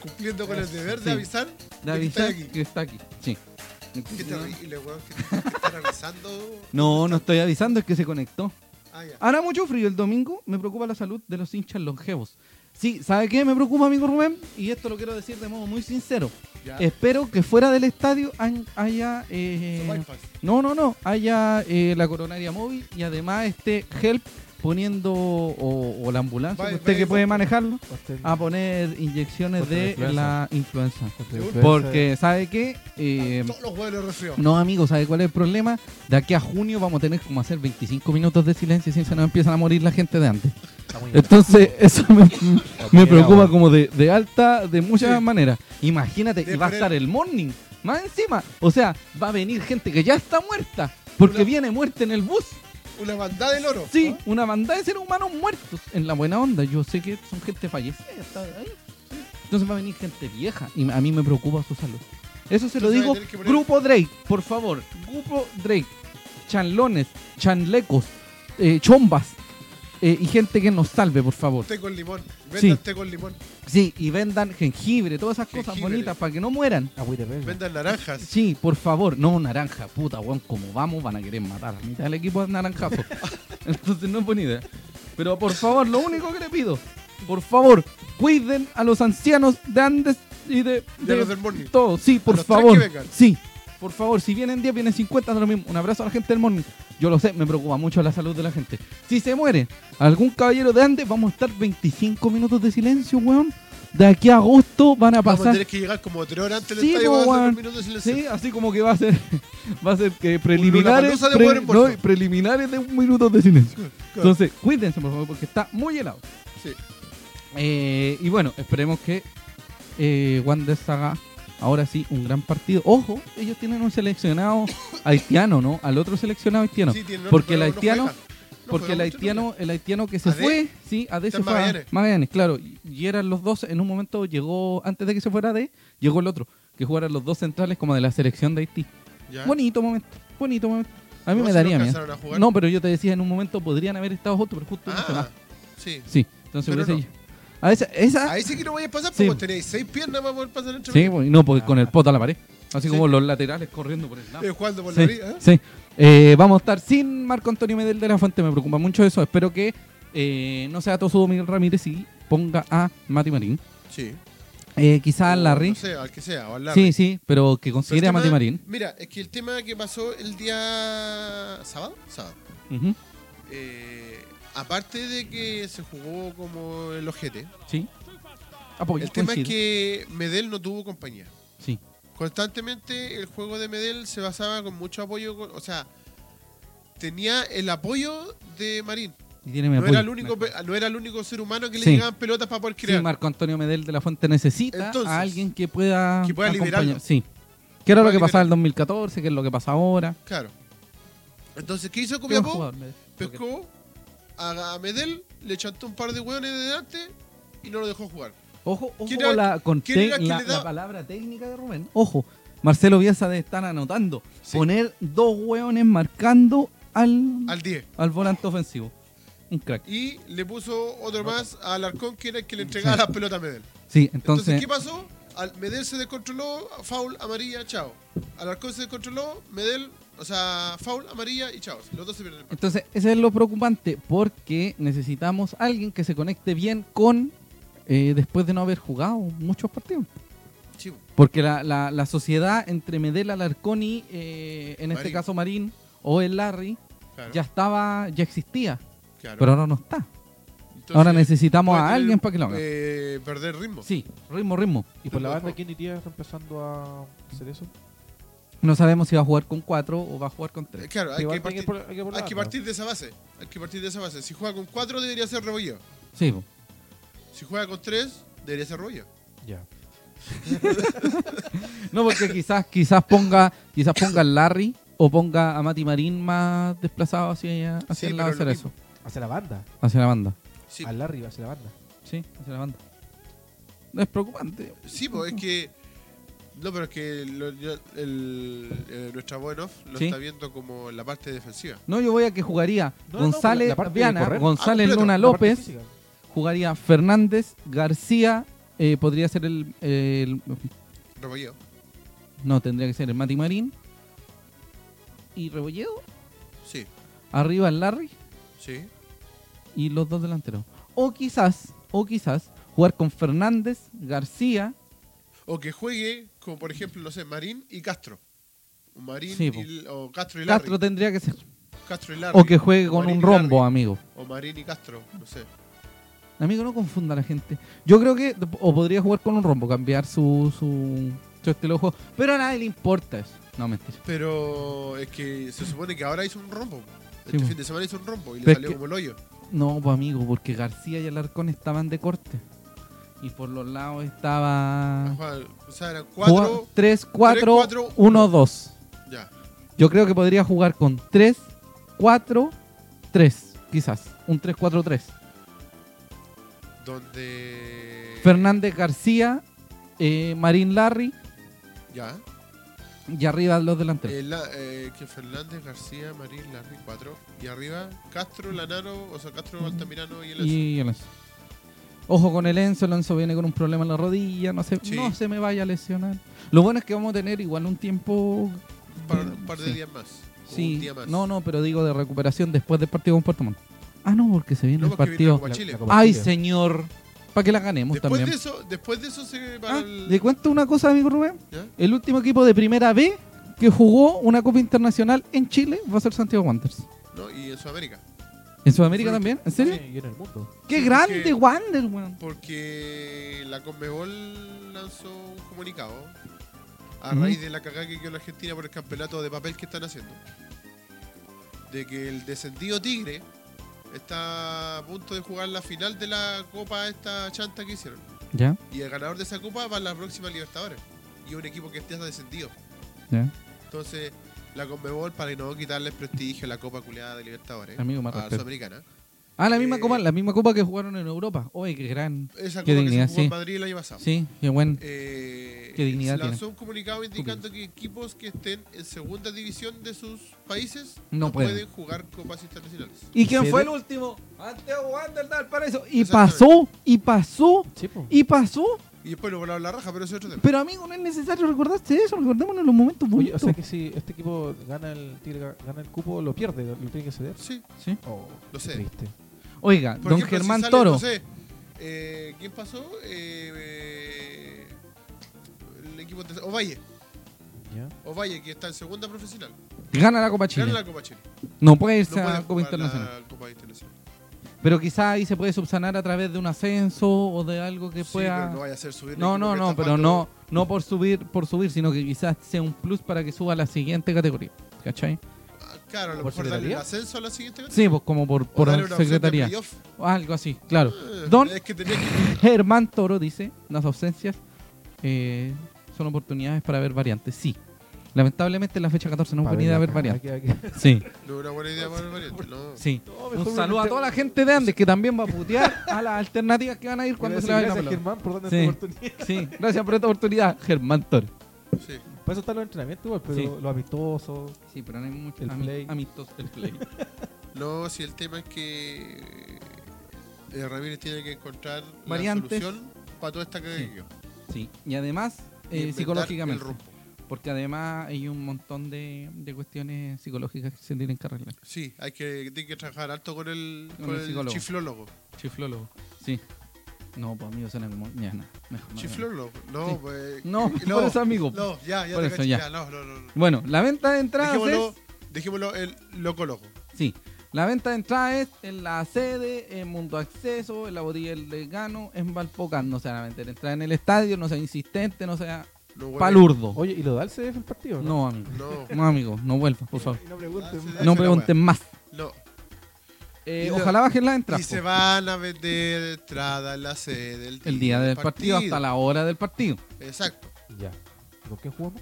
S1: Cumpliendo con el deber
S2: Sí.
S1: de avisar
S2: David
S1: está aquí.
S2: que está aquí. Sí.
S1: Qué terrible, weón, que, que están avisando.
S2: No, no estoy avisando, es que se conectó.
S1: Ah, ya.
S2: Hará mucho frío el domingo, me preocupa la salud de los hinchas longevos. Sí, ¿sabe qué me preocupa, amigo Rubén? Y esto lo quiero decir de modo muy sincero.
S1: ya.
S2: Espero que fuera del estadio han- haya... eh,
S1: Hizo bypass.
S2: no, no, no, haya eh, la coronaria móvil y además este help poniendo, o, o la ambulancia,
S1: Va-
S2: usted
S1: va-
S2: que
S1: va-
S2: puede manejarlo,
S3: Contra-
S2: a poner inyecciones
S3: Contra la
S2: de
S3: influenza.
S2: la influenza.
S3: contra
S1: Según-
S3: defensa.
S2: Porque, ¿sabe qué? Eh,
S1: Todos los huevos resfriados.
S2: no, amigo, ¿sabe cuál es el problema? De aquí a junio vamos a tener como hacer 25 minutos de silencio si se nos empiezan a morir la gente de antes.
S3: Está muy bien.
S2: Entonces, eso me, me
S3: Mira,
S2: preocupa
S3: bueno.
S2: como de, de alta, de muchas
S1: Sí.
S2: maneras. Imagínate,
S1: De
S2: y va a
S1: poner-
S2: estar el morning, más encima. O sea, va a venir gente que ya está muerta, porque
S1: Una-
S2: viene muerta en el bus.
S1: Una bandada del oro.
S2: Sí,
S1: ¿no?
S2: una banda de seres humanos muertos en la buena onda. Yo sé que son gente fallecida, está ahí. Entonces va a venir gente vieja y a mí me preocupa su salud. Eso se
S1: Entonces va
S2: lo
S1: a
S2: digo,
S1: tener que poner-
S2: Grupo Drake, por favor, Grupo Drake, chanlones, chanlecos, eh, chombas, eh, y gente que nos salve, por favor.
S1: Té con limón. Vendan
S2: Sí.
S1: té con limón.
S2: Sí, y vendan jengibre, todas esas cosas
S1: Jengibre.
S2: bonitas para que no mueran.
S3: Agüita Ah, de verga.
S1: Vendan naranjas.
S2: Sí, por favor, no naranja, puta, weón, como vamos van a querer matar a la mitad del equipo de naranjazo. Entonces no es buena idea. Pero por favor, lo único que le pido, por favor, cuiden a los ancianos de Andes y de,
S1: Y a los del Morning.
S2: todo, sí, por
S1: los tres
S2: favor.
S1: que vengan.
S2: Sí, por favor, si vienen 10, vienen 50, no lo mismo. Un abrazo a la gente del Morning. Yo lo sé, me preocupa mucho la salud de la gente. Si se muere algún caballero de Andes, vamos a estar 25 minutos de silencio, weón. De aquí a agosto van a
S1: Vamos a
S2: pasar
S1: tener que llegar como tres horas antes del
S2: Sí,
S1: estadio
S2: po,
S1: para hacer
S2: weón.
S1: un minuto de silencio.
S2: Sí, así como que va a ser, va a ser que preliminares,
S1: Lollapalooza de
S2: pre-
S1: Poder en Bolsa.
S2: no, y preliminares de un minuto de silencio.
S1: Claro.
S2: Entonces, cuídense por favor porque está muy helado.
S1: Sí.
S2: Eh, y bueno, esperemos que eh, Wander haga ahora sí un gran partido. Ojo, ellos tienen un seleccionado haitiano, ¿no? Al otro seleccionado haitiano.
S1: Sí, tiene- no,
S2: porque el
S1: pero no
S2: haitiano,
S1: juega. No
S2: porque
S1: juega
S2: el
S1: mucho, no
S2: haitiano, el haitiano que se
S1: ¿Ade?
S2: fue, sí, Ade
S1: Está
S2: se
S1: en
S2: fue a
S1: Magallanes.
S2: Magallanes, claro. Y- Y eran los dos, en un momento llegó, antes de que se fuera Ade, llegó el otro, que jugaran los dos centrales como de la selección de Haití.
S1: juega. Ya.
S2: Bonito momento, bonito momento. A mí
S1: No,
S2: me
S1: si
S2: daría
S1: no
S2: miedo.
S1: alcanzaron a jugar.
S2: No, pero yo te decía, en un momento podrían haber estado juntos, pero justo no se
S1: Ah,
S2: va.
S1: sí.
S2: Sí, entonces
S1: Pero
S2: por eso
S1: no.
S2: yo- A esa, esa-
S1: Ahí sí que no voy a pasar
S2: Ah, Sí.
S1: porque tenéis seis piernas para poder pasar entre
S2: Sí, pues, y no, porque con el poto a la pared.
S1: Sí.
S2: Así como los laterales corriendo por el lado.
S1: Eh, jugando por la
S2: Sí,
S1: orilla, ¿eh?
S2: sí. Eh, vamos a estar sin Marco Antonio Medel de la Fuente, me preocupa mucho eso. Espero que eh, no sea Tosudo Miguel Ramírez y ponga a Mati Marín.
S1: Sí.
S2: Eh, quizá a
S1: O,
S2: Larry.
S1: Oh, No sé, al que sea, o al Larry.
S2: Sí, sí, pero
S1: Pero
S2: que
S1: el
S2: considere a Mati
S1: tema-
S2: Marín.
S1: Mira, es que el tema que pasó el día sábado, sábado,
S2: Ujú,
S1: eh, aparte de que se jugó como el ojete,
S2: Sí. Apoyo,
S1: el tema es
S2: coincido.
S1: que Medel no tuvo compañía.
S2: Sí,
S1: Constantemente el juego de Medel se basaba con mucho apoyo, con- o sea, tenía el apoyo de Marín.
S2: y tiene mi
S1: No
S2: apoyo.
S1: era, el único, pe- no era el único ser humano que le
S2: Sí.
S1: llegaban pelotas para poder crear.
S2: Sí, Marco Antonio Medel de la Fuente necesita
S1: Entonces,
S2: a alguien que pueda,
S1: que pueda
S2: acompañar.
S1: liberarlo.
S2: Sí. ¿Qué era lo
S1: pueda
S2: que
S1: liberarlo.
S2: pasaba en el 2014? ¿Qué es lo que pasa ahora?
S1: Claro. Entonces, ¿qué hizo
S2: ¿Qué más
S1: Copiapó?
S2: jugador, Medel?
S1: Pescó a a Medel, le chantó un par de hueones de delante y no lo dejó jugar.
S2: Ojo, ojo
S1: ¿Quién era-
S2: con, la, con
S1: quién
S2: te-
S1: era quien
S2: la,
S1: le daba-
S2: la palabra técnica de Rubén. Ojo, Marcelo Bielsa debe estar anotando.
S1: Sí.
S2: Poner dos hueones marcando al, al,
S1: Al 10.
S2: volante ofensivo. Un crack.
S1: Y le puso otro más al Alarcón, que era el que le entregaba las pelotas a Medel.
S2: Sí,
S1: Entonces,
S2: entonces,
S1: ¿qué pasó? Al- Medel se descontroló, foul, amarilla, chao. Alarcón se descontroló, Medel, o sea, foul, amarilla y chao. Los dos se pierden el partido.
S2: entonces, ese es lo preocupante porque necesitamos alguien que se conecte bien con eh, después de no haber jugado muchos partidos. Eh,
S1: Chivo.
S2: Porque la, la- la sociedad entre Medel, Alarcón y, eh, en este
S1: Marín.
S2: caso, Marín o el Larry,
S1: Claro,
S2: ya estaba, ya existía,
S1: claro.
S2: pero ahora no está.
S1: Entonces,
S2: ahora necesitamos
S1: puede
S2: a
S1: tener,
S2: alguien para que lo haga.
S1: eh, perder ritmo.
S2: Sí, ritmo, ritmo.
S3: ¿Y por la banda quién iría empezando a hacer eso?
S2: No sabemos si va a jugar con 4 o va a jugar con
S1: Eh,
S2: 3.
S1: Claro, hay
S3: Igual
S1: que, partir,
S3: por- por la
S1: hay que
S3: banda.
S1: partir de esa base. Hay que partir de esa base. Si juega con 4 debería ser rebollo.
S2: Sí, po.
S1: Si juega con 3 debería ser rebollo.
S3: Ya.
S2: no porque quizás quizás ponga quizás ponga al Larry o ponga a Mati Marín más desplazado hacia, hacia
S1: Sí,
S2: el lado
S1: pero
S2: hacer
S1: lo
S2: eso,
S3: Hacia la banda.
S2: hacia la banda.
S1: Sí,
S3: Al arriba, hacia la banda.
S2: Sí, hacia la banda. No es preocupante.
S1: sí pues es que. No, pero es que lo- yo- el- eh, nuestra voz en off lo
S2: Sí.
S1: está viendo como en la parte defensiva.
S2: No, yo voy a que jugaría
S3: No, no,
S2: González
S3: la- la parte de
S2: Viana,
S3: correr.
S2: González
S1: Ah, completo,
S2: Luna
S1: la
S3: La parte
S2: López,
S3: física.
S2: jugaría Fernández, García, eh, podría ser el, el-
S1: Rebollo.
S2: no tendría que ser el Mati Marín y Rebolledo,
S1: Sí,
S2: arriba el Larry
S1: sí.
S2: y los dos delanteros. O quizás, o quizás, jugar con Fernández, García.
S1: O que juegue, como por ejemplo, no sé, Marín y Castro. Marín
S2: Sí,
S1: y-
S2: pues.
S1: o Castro y Larry.
S2: Castro tendría que ser.
S1: Castro y Larry.
S2: O que juegue con
S1: Marín
S2: un
S1: y Larry.
S2: rombo, ah. amigo.
S1: O Marín y Castro, no sé.
S2: Amigo, no confunda a la gente. Yo creo que, o podría jugar con un rombo, cambiar su, su, su estilo de juego. Pero a nadie le importa eso. No, mentira.
S1: Pero es que se supone que ahora hizo un rombo.
S2: Sí,
S1: Este
S2: pues.
S1: fin de semana hizo un rombo y le
S2: Pero es
S1: salió
S2: que-
S1: como el hoyo.
S2: No, pues amigo, porque García y Alarcón estaban de corte. Y por los lados estaba...
S1: O sea, eran cuatro.
S2: 3, 4,
S1: cuatro,
S2: 1, 2.
S1: Ya.
S2: Yo creo que podría jugar con 3, 4, 3, quizás. Un 3, 4, 3.
S1: Donde.
S2: Fernández García, eh, Marín Larry,
S1: Ya.
S2: Y arriba los delanteros.
S1: Eh, la- eh, que Fernández, García, Marín, Larry, 4. Y arriba, Castro, Lanaro, o sea, Castro, Altamirano y el Enzo.
S2: y el Enzo. Ojo con el Enzo, el Enzo viene con un problema en la rodilla, no se,
S1: Sí.
S2: no se me vaya a lesionar. Lo bueno es que vamos a tener igual un tiempo...
S1: Un par, un par de
S2: sí.
S1: días más. o
S2: Sí,
S1: un día más.
S2: no, no, pero digo de recuperación después del partido con Puerto Montt. Ah, no, porque se viene
S1: No,
S2: el
S1: porque viene la
S2: partido...
S1: Copa Chile.
S3: La- la Copa
S2: Ay,
S3: Chile.
S2: señor, para que la ganemos
S1: Después
S2: también.
S1: de eso, después de eso se para
S2: Ah,
S1: el-
S2: ¿Le cuento una cosa, amigo Rubén?
S1: ¿Ya?
S2: El último equipo de primera B que jugó una Copa Internacional en Chile va a ser Santiago Wanderers.
S1: ¿no? Y en Sudamérica.
S2: ¿En Sudamérica también? ¿En serio?
S3: Sí, Y en el mundo.
S2: ¡Qué
S1: Sí,
S2: grande
S1: porque-
S2: Wander, weón!
S1: Porque la Conmebol lanzó un comunicado a
S2: Ujú.
S1: raíz de la cagada que quedó la Argentina por el campeonato de papel que están haciendo. De que el descendido Tigre está a punto de jugar la final de la copa esta chanta que hicieron.
S2: Ya,
S1: Y el ganador de esa copa va a la próxima Libertadores. Y es un equipo que esté descendido.
S2: ya.
S1: Entonces, la Conmebol, para no quitarles prestigio a la copa culeada de Libertadores,
S2: Amigo, más
S1: a la
S2: respeto.
S1: Sudamericana,
S2: Ah, la misma
S1: Eh,
S2: copa, la misma copa que jugaron en Europa. Oye, qué gran.
S1: esa
S2: Qué
S1: copa
S2: dignidad,
S1: que se jugó
S2: sí.
S1: en Madrid el año pasado.
S2: Sí, qué buen.
S1: Eh,
S2: Qué dignidad
S1: se lanzó un comunicado indicando que equipos que estén en segunda división de sus países
S2: No
S1: no,
S2: pueden.
S1: pueden. jugar copas internacionales.
S2: ¿Y quién
S3: se
S2: fue
S3: ve-
S2: el último? Santiago Wander del Paraíso. Y
S1: Exactamente.
S2: pasó, y pasó,
S3: Sí, po.
S2: y pasó.
S1: Y después lo volaron la raja, pero eso es otro tema.
S2: Pero amigo, no es necesario recordarse eso. Recordémonos en los momentos
S3: Oye, o
S2: bonitos.
S3: sea que si este equipo gana el Tigre ga- gana el cupo, lo pierde, lo, lo tiene que ceder.
S1: Sí,
S2: Sí.
S3: Oh,
S1: lo sé.
S3: triste.
S2: Oiga,
S1: Por
S2: don
S1: ejemplo, si
S2: Germán
S1: sale,
S2: Toro.
S1: no sé, eh, ¿Quién pasó? Eh, eh, el equipo de Ovalle.
S3: ¿Ya?
S1: Ovalle, que está en segunda profesional.
S2: Gana la Copa Chile.
S1: Gana la Copa Chile.
S2: No puede irse
S1: No puede
S2: a Copa
S1: jugar
S2: Internacional.
S1: la Copa Internacional.
S2: Pero quizá ahí se puede subsanar a través de un ascenso o de algo que
S1: Sí,
S2: pueda.
S1: pero no vaya a hacer subir.
S2: No,
S1: el
S2: no,
S1: equipo que
S2: no,
S1: está
S2: pero no,
S1: jugando.
S2: no por subir, por subir, sino que quizás sea un plus para que suba a la siguiente categoría. ¿Cachai?
S1: Ah, Claro, a lo
S3: ¿Por
S1: mejor darle el
S3: secretaría?
S1: ascenso a la siguiente categoría.
S2: Sí, pues como por, por
S1: O darle una opción de
S2: secretaría.
S1: playoff.
S2: O algo así, claro.
S1: Eh,
S2: Don
S1: Es que tenía que-
S2: Germán Toro dice, las ausencias eh, son oportunidades para ver variantes. Sí. Lamentablemente en la fecha 14 no hemos
S3: Pa'
S2: venido a ver
S3: la-
S2: variantes.
S3: aquí- aquí-
S2: Sí,
S1: No, una buena idea para el variante, no.
S2: sí.
S3: No, mejor
S2: Un
S3: un
S2: saludo a
S3: inter-
S2: toda la gente de Andes que también va a putear a las alternativas que van a ir cuando se
S3: Gracias,
S2: le vayan a
S3: gracias,
S2: pelota.
S3: Germán por darnos
S2: Sí.
S3: esta oportunidad.
S2: Sí, gracias por esta oportunidad, Germán Toro.
S1: Sí.
S3: Para eso están los entrenamientos, igual, pero
S2: Sí.
S3: los amistosos.
S2: Sí, pero no hay mucho
S3: El play.
S2: amistoso. El play.
S1: No, si el tema es que eh, Ramírez tiene que encontrar
S2: Variantes.
S1: la solución para toda esta que
S2: Sí. Sí, y además eh, psicológicamente. Porque además hay un montón de, de cuestiones psicológicas que se tienen que arreglar.
S1: Sí, hay que, tiene que trabajar alto con el,
S2: Con
S1: con
S2: el
S1: el
S2: psicólogo.
S1: chiflólogo.
S2: Chiflólogo. Sí. No, pues amigo, suena como... Ya, no, mejor no.
S1: Chiflólogo. No,
S2: Sí.
S1: pues.
S2: No, por eso, amigo.
S1: No, ya, ya,
S2: Por
S1: te
S2: eso,
S1: caché,
S2: ya. ¿eh?
S1: ya. No, no, no. no.
S2: Bueno, la venta de entradas
S1: Dejémoslo,
S2: es...
S1: dejémoslo el loco loco.
S2: Sí. La venta de entradas es en la sede, en Mundo Acceso, en la botella del Decano, en Valpocán. No sea la venta de entradas en el estadio, no sea insistente, no sea
S1: No vuelve-
S2: palurdo.
S3: Oye, ¿y lo da el CDF el partido?
S2: No, amigo.
S1: No.
S2: No, amigo, no vuelvas, por favor.
S3: Y no pregunten.
S1: Ah,
S2: No
S1: la
S2: pregunten más.
S1: No.
S2: Eh,
S1: Y lo-
S2: ojalá bajen las entradas.
S1: Y se
S2: po.
S1: van a vender entradas en la sede el día,
S2: el día del partido hasta la hora del partido.
S1: Exacto,
S3: Ya. ¿Con qué jugamos?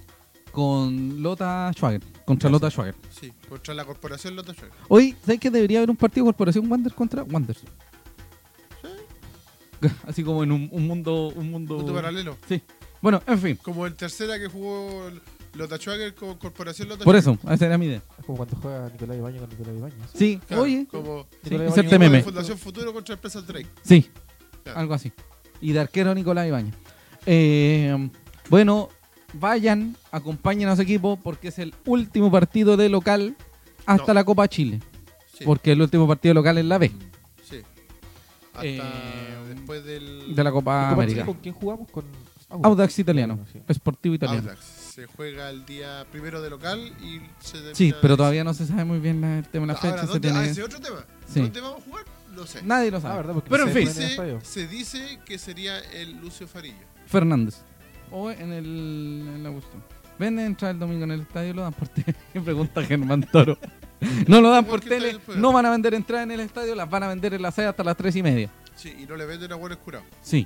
S2: Con Lota Schwager. Contra Lota Schwager.
S1: sí. Contra la corporación Lota Schwager.
S2: Hoy, ¿sabes que debería haber un partido Corporación Wander contra Wander? Así como en un, un mundo. Un mundo.
S1: Punto paralelo.
S2: Sí. Bueno, en fin.
S1: Como en tercera que jugó Lota Schwager con Corporación Lota
S2: Por
S1: Schwager.
S2: eso, esa era mi idea.
S3: Es como cuando juega Nicolás Ibañez con Nicolás Ibañez.
S2: Sí,
S1: Claro,
S2: oye.
S1: Como
S2: Sí,
S3: Nicolás
S2: excepto
S1: como
S3: Ibañez-
S2: meme.
S1: de Fundación Futuro contra Empresa Drake.
S2: Sí,
S1: Claro.
S2: algo así. Y de arquero Nicolás Ibañez. Eh, bueno, vayan, acompañen a su equipo porque es el último partido de local hasta
S1: No.
S2: la Copa Chile.
S1: Sí,
S2: Porque el último partido local es la B
S1: sí. Hasta
S2: Eh,
S1: después del
S2: de la Copa
S3: ¿Con
S2: Ah,
S3: Chile,
S2: América.
S3: ¿Con quién jugamos? Con
S2: Audax italiano,
S3: Sí.
S2: Sportivo italiano.
S1: Audax. Se juega el día primero de local y se termina-
S2: Sí, pero todavía no se sabe muy bien la- el tema de la
S1: Ahora,
S2: fecha. se
S1: ¿dónde-
S2: tiene
S1: ah,
S2: que-
S1: ese otro tema.
S2: Sí.
S1: ¿Dónde vamos a jugar? No sé.
S2: Nadie lo
S3: Ah,
S2: sabe.
S3: ¿verdad? Porque
S2: Pero
S3: no
S2: en
S3: se
S2: fin.
S3: juega en el estadio.
S1: Se dice que sería el Lucio Farillo.
S2: Fernández. O en el, en la cuestión. Ven a entrar el domingo en el estadio y lo dan por tele. Pregunta Germán Toro. No lo dan por
S1: Porque está
S2: tele,
S1: el programa.
S2: no van a vender entradas en el estadio, las van a vender en la sede hasta las tres y media.
S1: Sí, y no le venden a buenos curados.
S2: Sí.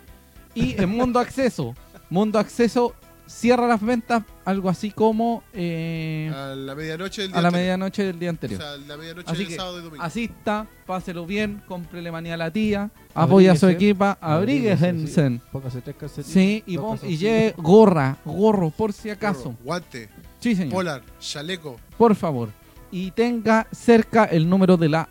S2: Y en Mundo Acceso. Mundo Acceso cierra las ventas algo así como eh,
S1: A la medianoche del Ah, día
S2: a la
S1: anterior.
S2: medianoche del día anterior.
S1: O sea, la medianoche
S2: Así
S1: del
S2: que,
S1: sábado y domingo.
S2: asista, páselo bien, cómprele manía a la tía, apoya a
S3: Abríguese.
S2: su equipa,
S3: Abríguese,
S2: abríguese.
S3: Póngase tres calcetines.
S2: Sí, y,
S3: dos
S2: pon- y
S3: calzoncillos.
S2: lleve gorra, gorro, por si acaso.
S1: Gorro, Guante.
S2: Sí, Sí, señor.
S1: Polar, chaleco.
S2: Por favor. Y tenga cerca el número de la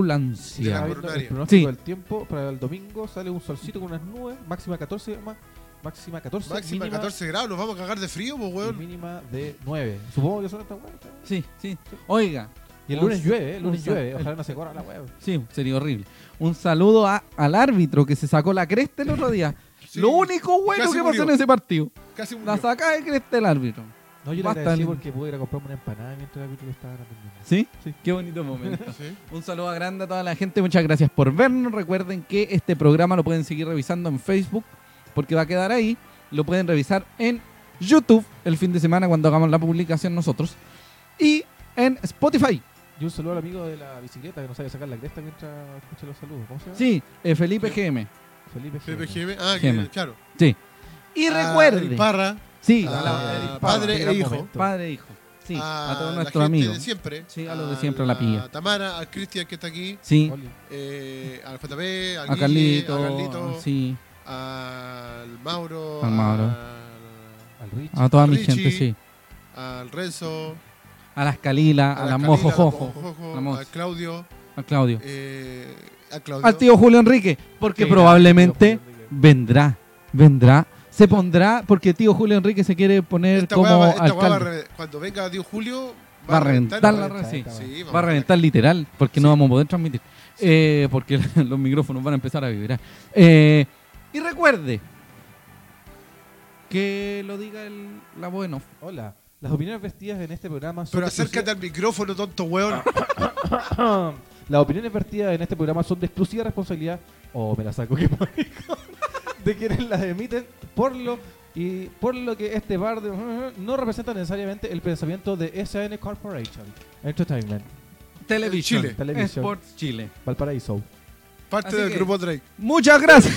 S1: De la
S2: ambulancia.
S1: coronaria.
S3: Ah, el pronóstico
S2: Sí.
S3: del tiempo para el domingo sale un solcito con unas nubes, máxima 14, ma- máxima 14,
S1: Máxima
S3: mínima,
S1: 14 grados, nos vamos a cagar de frío, pues,
S3: y
S1: weón.
S3: mínima de 9. Supongo que son estas weas. estas weas.
S2: Sí, sí. Oiga,
S3: Y el
S2: Un-
S3: lunes llueve, eh, el lunes
S2: un-
S3: llueve, ojalá no se corra la wea.
S2: sí, sería horrible. Un saludo a- al árbitro que se sacó la cresta el otro día.
S1: Sí,
S2: Lo único bueno
S1: Casi
S2: que pasó
S1: murió.
S2: en ese partido.
S1: Casi un
S2: La saca de cresta el árbitro.
S3: No, yo le
S2: Basta,
S3: agradecí
S2: Lin.
S3: porque pude ir a comprarme una empanada mientras el árbitro estaba atendiendo.
S2: ¿Sí? Qué bonito momento.
S1: Sí.
S2: Un saludo grande a toda la gente, muchas gracias por vernos. Recuerden que este programa lo pueden seguir revisando en Facebook, porque va a quedar ahí. Lo pueden revisar en YouTube el fin de semana cuando hagamos la publicación nosotros. Y en Spotify.
S3: Y un saludo al amigo de la bicicleta que no sabe sacar la cresta mientras escucha los saludos. ¿Cómo se llama?
S2: Sí, eh, Felipe GM.
S3: Felipe
S1: Pepe Geme.
S3: Jiménez.
S1: Ah,
S2: Geme.
S1: que- claro.
S2: Y
S1: A
S2: recuerden.
S1: Ah, El Parra,
S2: sí,
S1: a la-
S2: a la-
S1: el padre
S3: Gran
S1: e hijo.
S3: momento.
S2: padre e hijo. Sí,
S1: a,
S2: a, todos
S1: la
S2: nuestros
S1: gente
S2: amigos.
S1: de siempre.
S2: Sí, a los de siempre, a la pilla.
S1: A Tamara, a Cristian que está aquí,
S2: Sí,
S3: Oli.
S1: eh, al JP, al
S2: a
S1: Guille,
S2: Carlito.
S1: a Carlito,
S2: Sí,
S1: al Mauro,
S2: Al Mauro.
S1: al-
S3: Al Rich.
S2: a toda mi
S1: Richie.
S2: gente, sí.
S1: al Renzo,
S2: A las Calila, a, las
S1: Camila,
S2: Mojo
S1: a la
S2: Jojo,
S1: Mojojojo,
S2: la Mos.
S1: a Claudio,
S2: a Claudio.
S1: eh, a Claudio.
S2: Al tío Julio Enrique, porque
S3: Qué
S2: probablemente...
S3: grande, tío,
S2: Vendrá, vendrá. Se pondrá porque tío Julio Enrique se quiere poner
S1: Esta
S2: como
S1: weá va- esta
S2: alcalde.
S1: weá va a re- cuando venga Dios Julio,
S2: va a reventar la
S1: weá.
S2: red, sí.
S3: reventar.
S1: Sí,
S2: Va a reventar literal porque
S1: Sí.
S2: no vamos a poder transmitir. Eh, porque los micrófonos van a empezar a vibrar. Eh, y recuerde que lo diga el, la voz en off.
S3: Hola. Las opiniones vestidas en este programa son.
S1: Pero
S3: de exclusiva-
S1: acércate al micrófono, tonto weón.
S3: Las opiniones vertidas en este programa son de exclusiva responsabilidad, o me la saco que de quienes las emiten, por lo y por lo que este bar de- no representa necesariamente el pensamiento de SN Corporation Entertainment,
S2: Televisión.
S1: Chile.
S3: Televisión.
S2: Sports Chile.
S3: Valparaíso.
S1: Parte
S2: Así
S1: del
S2: que-
S1: grupo Drake.
S2: Muchas gracias.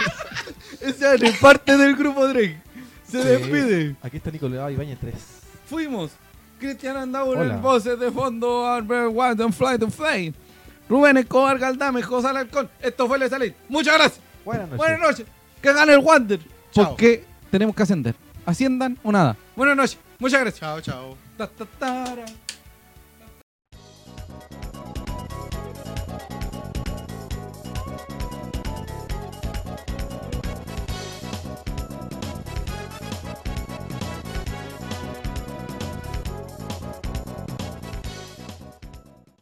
S2: Esa es parte del grupo Drake. Se
S3: Sí.
S2: despide.
S3: Aquí está Nicolás Ibañez 3.
S2: Fuimos. Cristian Andaur
S3: Hola.
S2: en voces de fondo, Albert White en Flight of Flame. Rubén Escobar Galdame, José Alarcón. Esto fue el Salir. Muchas gracias.
S3: Buenas noches.
S2: Buenas noches. Que gane el Wander.
S1: Chao.
S2: Porque tenemos que ascender. Asciendan o nada. Buenas noches. Muchas gracias.
S1: Chao, chao.
S2: Ta, ta, tara.